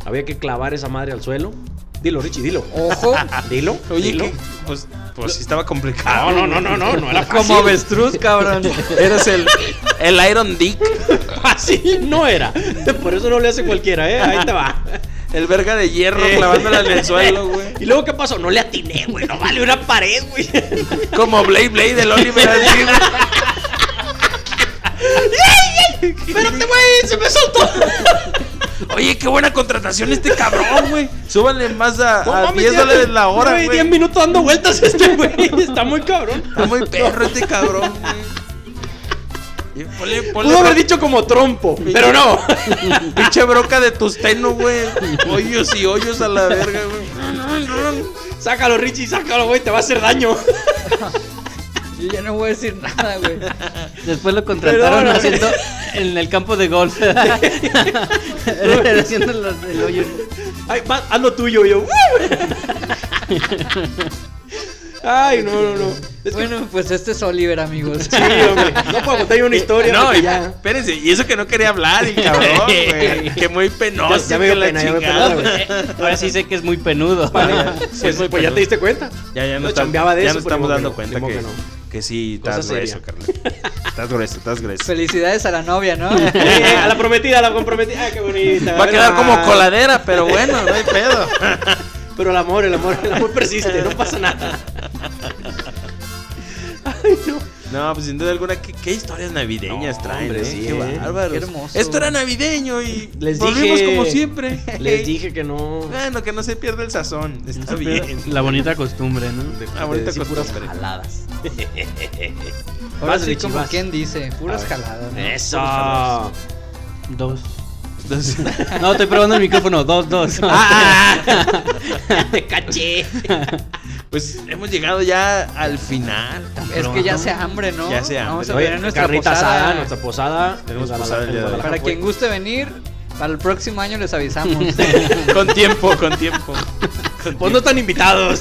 Speaker 7: Había que clavar esa madre al suelo. Dilo, Richie, dilo.
Speaker 3: Ojo,
Speaker 7: Dilo.
Speaker 2: Oye,
Speaker 7: dilo.
Speaker 2: ¿qué? pues, pues sí estaba complicado. ¿Ah,
Speaker 7: No, no, no, no, no, no era fácil.
Speaker 3: como avestruz, cabrón.
Speaker 2: Eres el, el Iron Dick,
Speaker 7: Fácil no era. Por eso no le hace cualquiera, ¿eh? Ahí te va.
Speaker 2: el verga de hierro clavándola en el suelo, güey.
Speaker 7: ¿Y luego qué pasó? No le atiné, güey. No vale una pared, güey.
Speaker 2: Como Blade Blade del Oliver así, güey.
Speaker 7: Espérate, güey. Se me soltó.
Speaker 2: Oye, qué buena contratación este cabrón, güey. Súbanle más a,
Speaker 7: No
Speaker 2: a
Speaker 7: mames,
Speaker 2: 10
Speaker 7: ya
Speaker 2: dólares la hora,
Speaker 7: nueve y
Speaker 2: güey.
Speaker 7: 10 minutos dando vueltas este, güey. Está muy cabrón.
Speaker 2: Está muy perro este cabrón, güey. Y Ponle, ponle
Speaker 7: Pudo haber dicho como trompo, pero no.
Speaker 2: pinche broca de tusteno, güey. Hoyos y hoyos a la verga, güey.
Speaker 7: Sácalo, Richie, sácalo, güey. Te va a hacer daño.
Speaker 3: Yo ya no voy a decir nada, güey.
Speaker 4: Después lo contrataron
Speaker 7: Perdóname.
Speaker 4: haciendo en el campo de golf. Era haciendo los- el hoyo.
Speaker 7: Ay, va, haz lo tuyo, yo. Ay, no, no, no. Es que-
Speaker 3: Bueno, pues este es Oliver, amigos.
Speaker 7: Sí, hombre. No puedo contar yo una historia.
Speaker 2: Eh, No,
Speaker 7: porque
Speaker 2: y-
Speaker 7: ya.
Speaker 2: espérense, y eso que no quería hablar, y cabrón, güey. Que muy penoso,
Speaker 7: Ya- ya me
Speaker 2: que
Speaker 7: dio
Speaker 2: la
Speaker 7: pena, ya me dio
Speaker 2: chingada,
Speaker 7: pena, güey.
Speaker 2: güey.
Speaker 4: Ahora sí sé que es muy penudo.
Speaker 7: Pues, pues, ya te diste cuenta.
Speaker 2: Ya, ya no,
Speaker 7: No,
Speaker 2: estamos-
Speaker 7: chambeaba de
Speaker 2: ya
Speaker 7: eso,
Speaker 2: nos
Speaker 7: pero
Speaker 2: estamos
Speaker 7: ni modo
Speaker 2: dando
Speaker 7: que no,
Speaker 2: cuenta
Speaker 7: ni modo
Speaker 2: que,
Speaker 7: que no.
Speaker 2: que sí,
Speaker 7: Cosa
Speaker 2: estás grueso,
Speaker 7: seria.
Speaker 2: carnal. Estás grueso, estás grueso.
Speaker 3: Felicidades a la novia, ¿no?
Speaker 7: Eh, eh, a la prometida, a la comprometida. Ay, qué bonita.
Speaker 2: Va a quedar como
Speaker 7: coladera
Speaker 2: coladera, pero bueno, no hay pedo.
Speaker 7: Pero el amor, el amor, el amor persiste, no pasa nada. Ay, no.
Speaker 2: No, pues sin duda alguna, ¿qué, qué historias navideñas
Speaker 7: No,
Speaker 2: traen?
Speaker 7: hombre,
Speaker 2: eh?
Speaker 7: sí,
Speaker 2: qué
Speaker 7: eh.
Speaker 2: bárbaros.
Speaker 3: Qué hermoso.
Speaker 2: Esto era navideño y
Speaker 7: Les
Speaker 2: volvimos
Speaker 7: dije-
Speaker 2: como siempre.
Speaker 7: Les dije que no.
Speaker 2: Bueno, que no se pierda el sazón. Está bien.
Speaker 4: La bonita costumbre, ¿no?
Speaker 2: Ah, bonita
Speaker 7: decir puras
Speaker 2: costumbre.
Speaker 7: jaladas.
Speaker 3: Ahora
Speaker 7: Vas,
Speaker 3: sí,
Speaker 7: Richie,
Speaker 3: como
Speaker 7: vas.
Speaker 3: quien dice, puras
Speaker 7: A ver.
Speaker 3: jaladas. ¿no?
Speaker 7: Eso.
Speaker 4: Dos.
Speaker 2: Entonces,
Speaker 4: No, estoy probando el micrófono. Dos, dos.
Speaker 7: Te caché.
Speaker 2: pues hemos llegado ya al final.
Speaker 3: Es que ya se hambre, ¿no?
Speaker 2: Ya se hambre.
Speaker 3: Vamos a
Speaker 7: Oye,
Speaker 3: tener nuestra
Speaker 7: carnita
Speaker 3: posada.
Speaker 7: asada, nuestra posada.
Speaker 2: Tenemos
Speaker 7: En Guadalajara-
Speaker 2: posada el día de hoy.
Speaker 7: en
Speaker 3: Para
Speaker 7: Guadalajara
Speaker 3: quien
Speaker 7: fue-
Speaker 3: guste venir, para el próximo año les avisamos.
Speaker 2: Con tiempo, con tiempo. Con
Speaker 7: Pues no están invitados.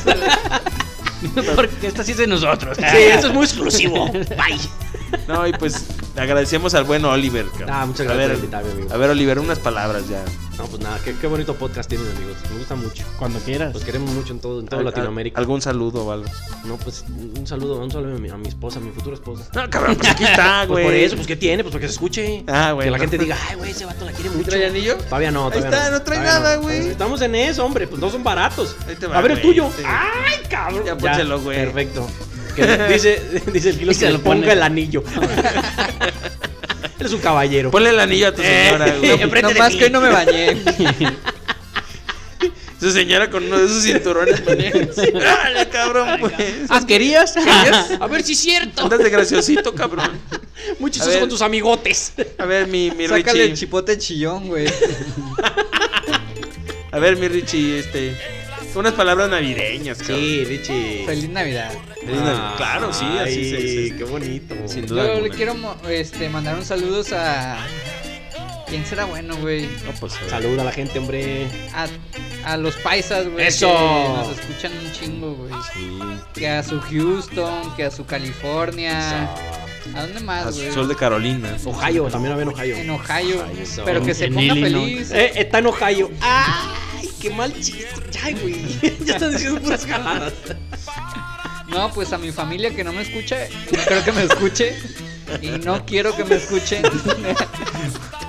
Speaker 7: Sí,
Speaker 4: Porque esta sí es de nosotros. Ah,
Speaker 7: eso es muy exclusivo. Bye.
Speaker 2: tiempo. No, y pues agradecemos al buen Oliver. cabrón.
Speaker 7: Ah, muchas
Speaker 2: A
Speaker 7: gracias
Speaker 2: ver,
Speaker 7: por invitarme, amigo.
Speaker 2: A ver, Oliver, unas palabras ya.
Speaker 7: No, pues nada, qué, qué bonito podcast tienen, amigos. Me gusta mucho.
Speaker 4: Cuando quieras.
Speaker 7: Los queremos mucho en todo, en toda
Speaker 2: Al-
Speaker 7: Latinoamérica.
Speaker 2: al- ¿Algún saludo o algo?
Speaker 7: No, pues un saludo, un saludo a mi, a mi esposa, a mi futura esposa.
Speaker 2: No, cabrón, pues aquí está,
Speaker 7: Pues
Speaker 2: güey.
Speaker 7: por eso, pues ¿qué tiene? Pues porque se escuche.
Speaker 2: Ah, bueno.
Speaker 7: Que la gente diga, ay, güey, ese vato la quiere mucho.
Speaker 2: ¿Trae anillo?
Speaker 7: Todavía no, todavía
Speaker 2: está, no trae
Speaker 7: todavía
Speaker 2: nada,
Speaker 7: no.
Speaker 2: güey.
Speaker 7: Estamos en eso, hombre, pues no son baratos.
Speaker 2: Ahí te va,
Speaker 7: a ver el
Speaker 2: güey,
Speaker 7: tuyo.
Speaker 2: sí.
Speaker 7: Ay, cabrón.
Speaker 2: Ya pónselo, güey.
Speaker 7: Perfecto. Que dice, dice el kilo
Speaker 4: Y se
Speaker 7: que
Speaker 4: lo
Speaker 7: le ponga
Speaker 4: pone.
Speaker 7: el anillo. Él es un caballero.
Speaker 2: Ponle el anillo a tu señora,
Speaker 7: Eh,
Speaker 2: güey.
Speaker 7: enfrente de
Speaker 3: Nomás
Speaker 7: mí.
Speaker 3: que hoy no me bañé.
Speaker 2: Su señora con uno de esos cinturones maníacos. Dale, cabrón, pues.
Speaker 4: ¿Ah, querías?
Speaker 7: A ver si es cierto.
Speaker 2: Andas de graciosito, cabrón.
Speaker 7: Muy
Speaker 2: A
Speaker 7: chistoso
Speaker 2: ver.
Speaker 7: con tus amigotes.
Speaker 2: A ver, mi, mi
Speaker 3: Sácale el
Speaker 2: Richie.
Speaker 3: chipote chillón, güey.
Speaker 2: A ver, mi Richie, este. Unas palabras navideñas, cabrón.
Speaker 7: Richie.
Speaker 3: Feliz Navidad.
Speaker 2: Feliz Navidad. claro, sí, así se
Speaker 7: Ah, Ay,
Speaker 2: dice.
Speaker 7: Qué bonito.
Speaker 2: Sin duda.
Speaker 3: Yo le
Speaker 2: alguna.
Speaker 3: quiero mo- este, mandar un saludos a. ¿Quién será bueno, güey?
Speaker 2: No, pues, a ver.
Speaker 7: Saluda a la gente, hombre.
Speaker 3: A, a los paisas, güey.
Speaker 7: ¡Eso!
Speaker 3: Que nos escuchan un chingo, güey. Que a su Houston, que a su
Speaker 2: Ah.
Speaker 3: California. ¿A dónde
Speaker 2: A
Speaker 7: Ah,
Speaker 3: más,
Speaker 2: su
Speaker 3: güey?
Speaker 2: Sol de Carolina.
Speaker 7: Ohio, también había en Ohio.
Speaker 3: En Ohio.
Speaker 7: Eso.
Speaker 3: Pero que se
Speaker 4: En
Speaker 3: ponga
Speaker 4: Illinois.
Speaker 3: feliz.
Speaker 7: Eh, está en Ohio. ¡Ay! ¡Qué mal chiste! ¡Ay, güey! ya están diciendo puras jaladas.
Speaker 3: No, pues a mi familia que no me escucha, no creo que me escuche. Y no quiero que me escuchen.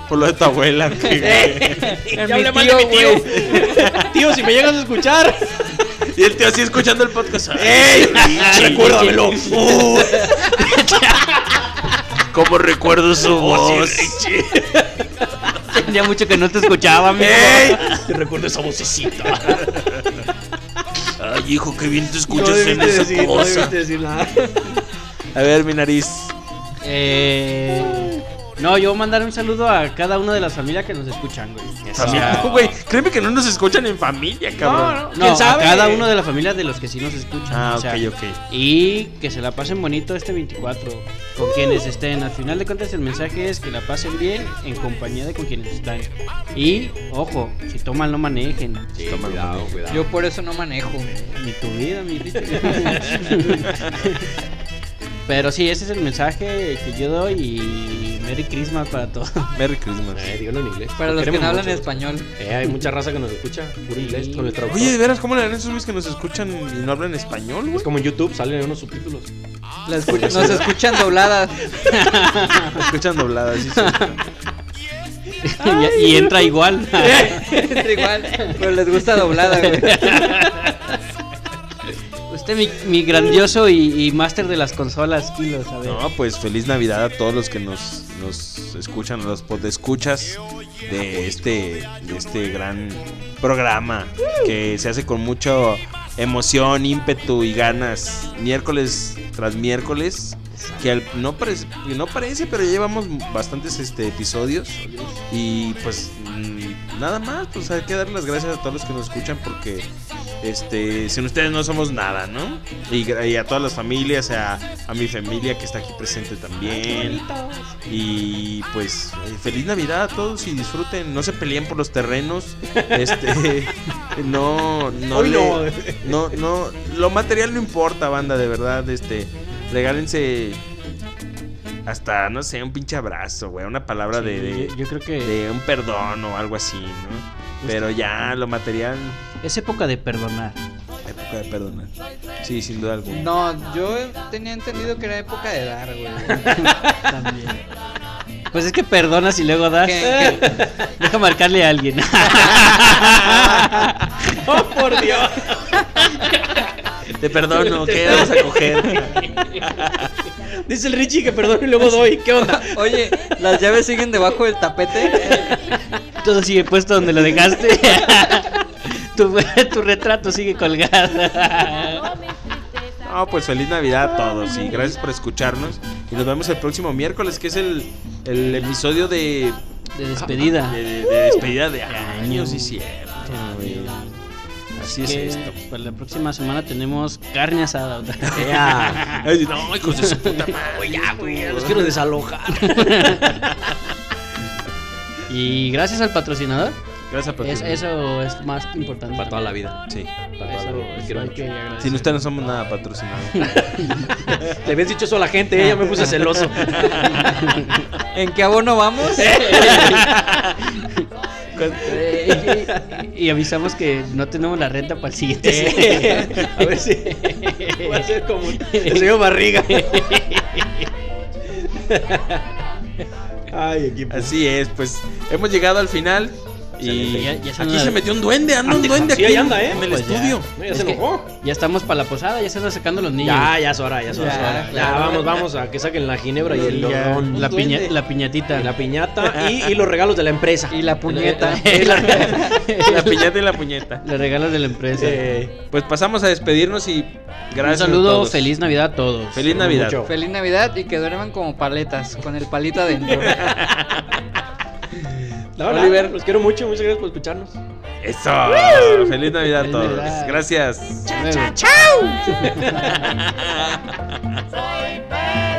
Speaker 2: Por lo de tu abuela. que-
Speaker 3: En
Speaker 7: ya
Speaker 3: mi
Speaker 7: hablé mal de mi
Speaker 3: tío,
Speaker 7: tío. tío, si me llegas a escuchar.
Speaker 2: y el tío así escuchando el podcast.
Speaker 7: ¡Ey! ¡Recuérdamelo! Uh,
Speaker 2: Como recuerdo su
Speaker 7: Oh,
Speaker 2: voz.
Speaker 4: Tenía mucho que no te escuchaba, amigo.
Speaker 2: ¡Ey!
Speaker 7: te recuerdo esa vocecita.
Speaker 2: Ay, hijo, qué bien te
Speaker 7: No
Speaker 2: escuchas en
Speaker 7: debiste
Speaker 2: esa
Speaker 7: decir, no
Speaker 2: cosa.
Speaker 7: debiste decir nada.
Speaker 2: A ver, mi nariz.
Speaker 4: Eh, no, yo mandar un saludo a cada una de las familias que nos escuchan, güey.
Speaker 2: Familia. Güey, créeme que no nos escuchan en familia, cabrón.
Speaker 7: No, no.
Speaker 4: No,
Speaker 7: ¿Quién sabe?
Speaker 4: a cada una de las familias de los que sí nos escuchan.
Speaker 2: Ah,
Speaker 4: o sea,
Speaker 2: ok, ok.
Speaker 4: Y que se la pasen bonito este 24 con quienes estén. Al final de cuentas el mensaje es que la pasen bien en compañía de con quienes están. Y ojo, si toman no manejen.
Speaker 7: cuidado, cuidado.
Speaker 3: Yo por eso no manejo.
Speaker 4: Ni tu vida, mi vida. Pero sí, ese es el mensaje que yo doy y Merry Christmas para todos.
Speaker 2: Merry Christmas.
Speaker 7: Eh, díganlo en inglés.
Speaker 3: Para
Speaker 7: Lo
Speaker 3: los que
Speaker 7: queremos
Speaker 3: no hablan
Speaker 7: mucho.
Speaker 3: español.
Speaker 7: Eh, hay mucha raza que nos escucha puro inglés con el traductor.
Speaker 2: Oye, de veras, ¿cómo le dan a esos güeyes que nos escuchan y no hablan español,
Speaker 7: es
Speaker 2: güey?
Speaker 7: como en YouTube, salen unos subtítulos.
Speaker 3: Las escu- nos escuchan dobladas.
Speaker 2: Nos escuchan dobladas, sí, sí.
Speaker 4: y, y entra igual.
Speaker 3: Está igual, pero les gusta doblada, güey.
Speaker 4: Usted, mi, mi grandioso y, y máster de las consolas, kilos, a ver.
Speaker 2: No, pues feliz Navidad a todos los que nos, nos escuchan, a los podescuchas de este, de este gran programa que se hace con mucha emoción, ímpetu y ganas, miércoles tras miércoles. Que al- no, parece, no parece, pero ya llevamos bastantes este, episodios. Y pues mm, nada más, pues hay que dar las gracias a todos los que nos escuchan porque este, sin ustedes no somos nada, ¿no? Y, gra- y a todas las familias, a, a mi familia que está aquí presente también. Y pues eh, feliz Navidad a todos y disfruten, no se peleen por los terrenos. Este, no, no,
Speaker 7: Hoy
Speaker 2: le-
Speaker 7: no.
Speaker 2: no, no, lo material no importa, banda, de verdad, este, regálense hasta, no sé, un pinche abrazo, güey, una palabra de, de-
Speaker 4: yo, yo creo que
Speaker 2: de un perdón o algo así, ¿no? Pero ya, lo material,
Speaker 4: es época de perdonar.
Speaker 2: época de perdonar. Sí, sin duda alguna.
Speaker 3: No, yo tenía entendido que era época de dar, güey.
Speaker 4: También. Pues es que perdonas y luego das.
Speaker 3: ¿Qué?
Speaker 4: Deja marcarle a alguien.
Speaker 7: ¡Oh, por Dios!
Speaker 2: Te perdono, ¿qué vas a coger?
Speaker 5: Dice el Richie que perdón y luego doy. ¿Qué onda?
Speaker 3: Oye, las llaves siguen debajo del tapete.
Speaker 4: Todo sigue puesto donde lo dejaste. tu, tu retrato sigue colgado.
Speaker 2: No, pues feliz Navidad a todos y gracias por escucharnos. Y nos vemos el próximo miércoles, que es el, el episodio de,
Speaker 4: De despedida.
Speaker 2: de, de- de despedida de años y
Speaker 4: Así
Speaker 2: es
Speaker 4: que
Speaker 2: esto.
Speaker 4: Para la próxima semana tenemos carne asada. otra vez.
Speaker 2: Ay, No, hijos de su puta madre.
Speaker 7: Los quiero desalojar.
Speaker 4: Y gracias al patrocinador.
Speaker 2: Gracias por
Speaker 4: Es- eso es más importante.
Speaker 7: Para toda la vida.
Speaker 2: Sí.
Speaker 7: Para toda la vida. Los quiero mucho.
Speaker 2: Sin usted no somos nada patrocinados.
Speaker 7: Le habías dicho eso a la gente, ella me puse celoso.
Speaker 3: ¿En qué abono vamos?
Speaker 4: Eh, y- y, y avisamos que no tenemos la renta para el siguiente.
Speaker 7: A ver si. Voy a ser como. el señor Barriga. Ay, equipo.
Speaker 2: Así es, pues hemos llegado al final. Y
Speaker 4: Ya- ya se
Speaker 2: aquí
Speaker 4: nos-
Speaker 2: se metió un duende, anda un duende
Speaker 7: Sí,
Speaker 2: aquí
Speaker 7: ahí anda, ¿eh?
Speaker 2: en el
Speaker 4: Pues ya.
Speaker 2: estudio.
Speaker 7: No, ya
Speaker 4: Es
Speaker 7: se
Speaker 4: que
Speaker 7: enojó.
Speaker 4: Ya estamos para la posada, ya se están sacando los niños.
Speaker 7: Ya, ya es hora, ya es hora. es hora. Ya,
Speaker 3: claro.
Speaker 7: vamos, vamos a que saquen la ginebra y el
Speaker 2: Ya.
Speaker 7: ron.
Speaker 4: la, piña, la piñatita.
Speaker 7: La piñata y, y los regalos de la empresa.
Speaker 3: Y la puñeta.
Speaker 2: La piñata y la puñeta.
Speaker 4: Le regalos de la empresa.
Speaker 2: Eh, pues pasamos a despedirnos y gracias. a
Speaker 4: Un saludo,
Speaker 2: todos.
Speaker 4: feliz Navidad a todos.
Speaker 2: Feliz Navidad.
Speaker 7: Mucho.
Speaker 3: Feliz Navidad y que duerman como paletas, con el palito adentro.
Speaker 7: La verdad,
Speaker 3: Oliver.
Speaker 7: los quiero mucho, muchas gracias por escucharnos.
Speaker 2: Eso. Feliz Navidad a
Speaker 4: Feliz
Speaker 2: todos.
Speaker 4: Navidad.
Speaker 2: Gracias.
Speaker 4: Luego.
Speaker 8: Soy Pedro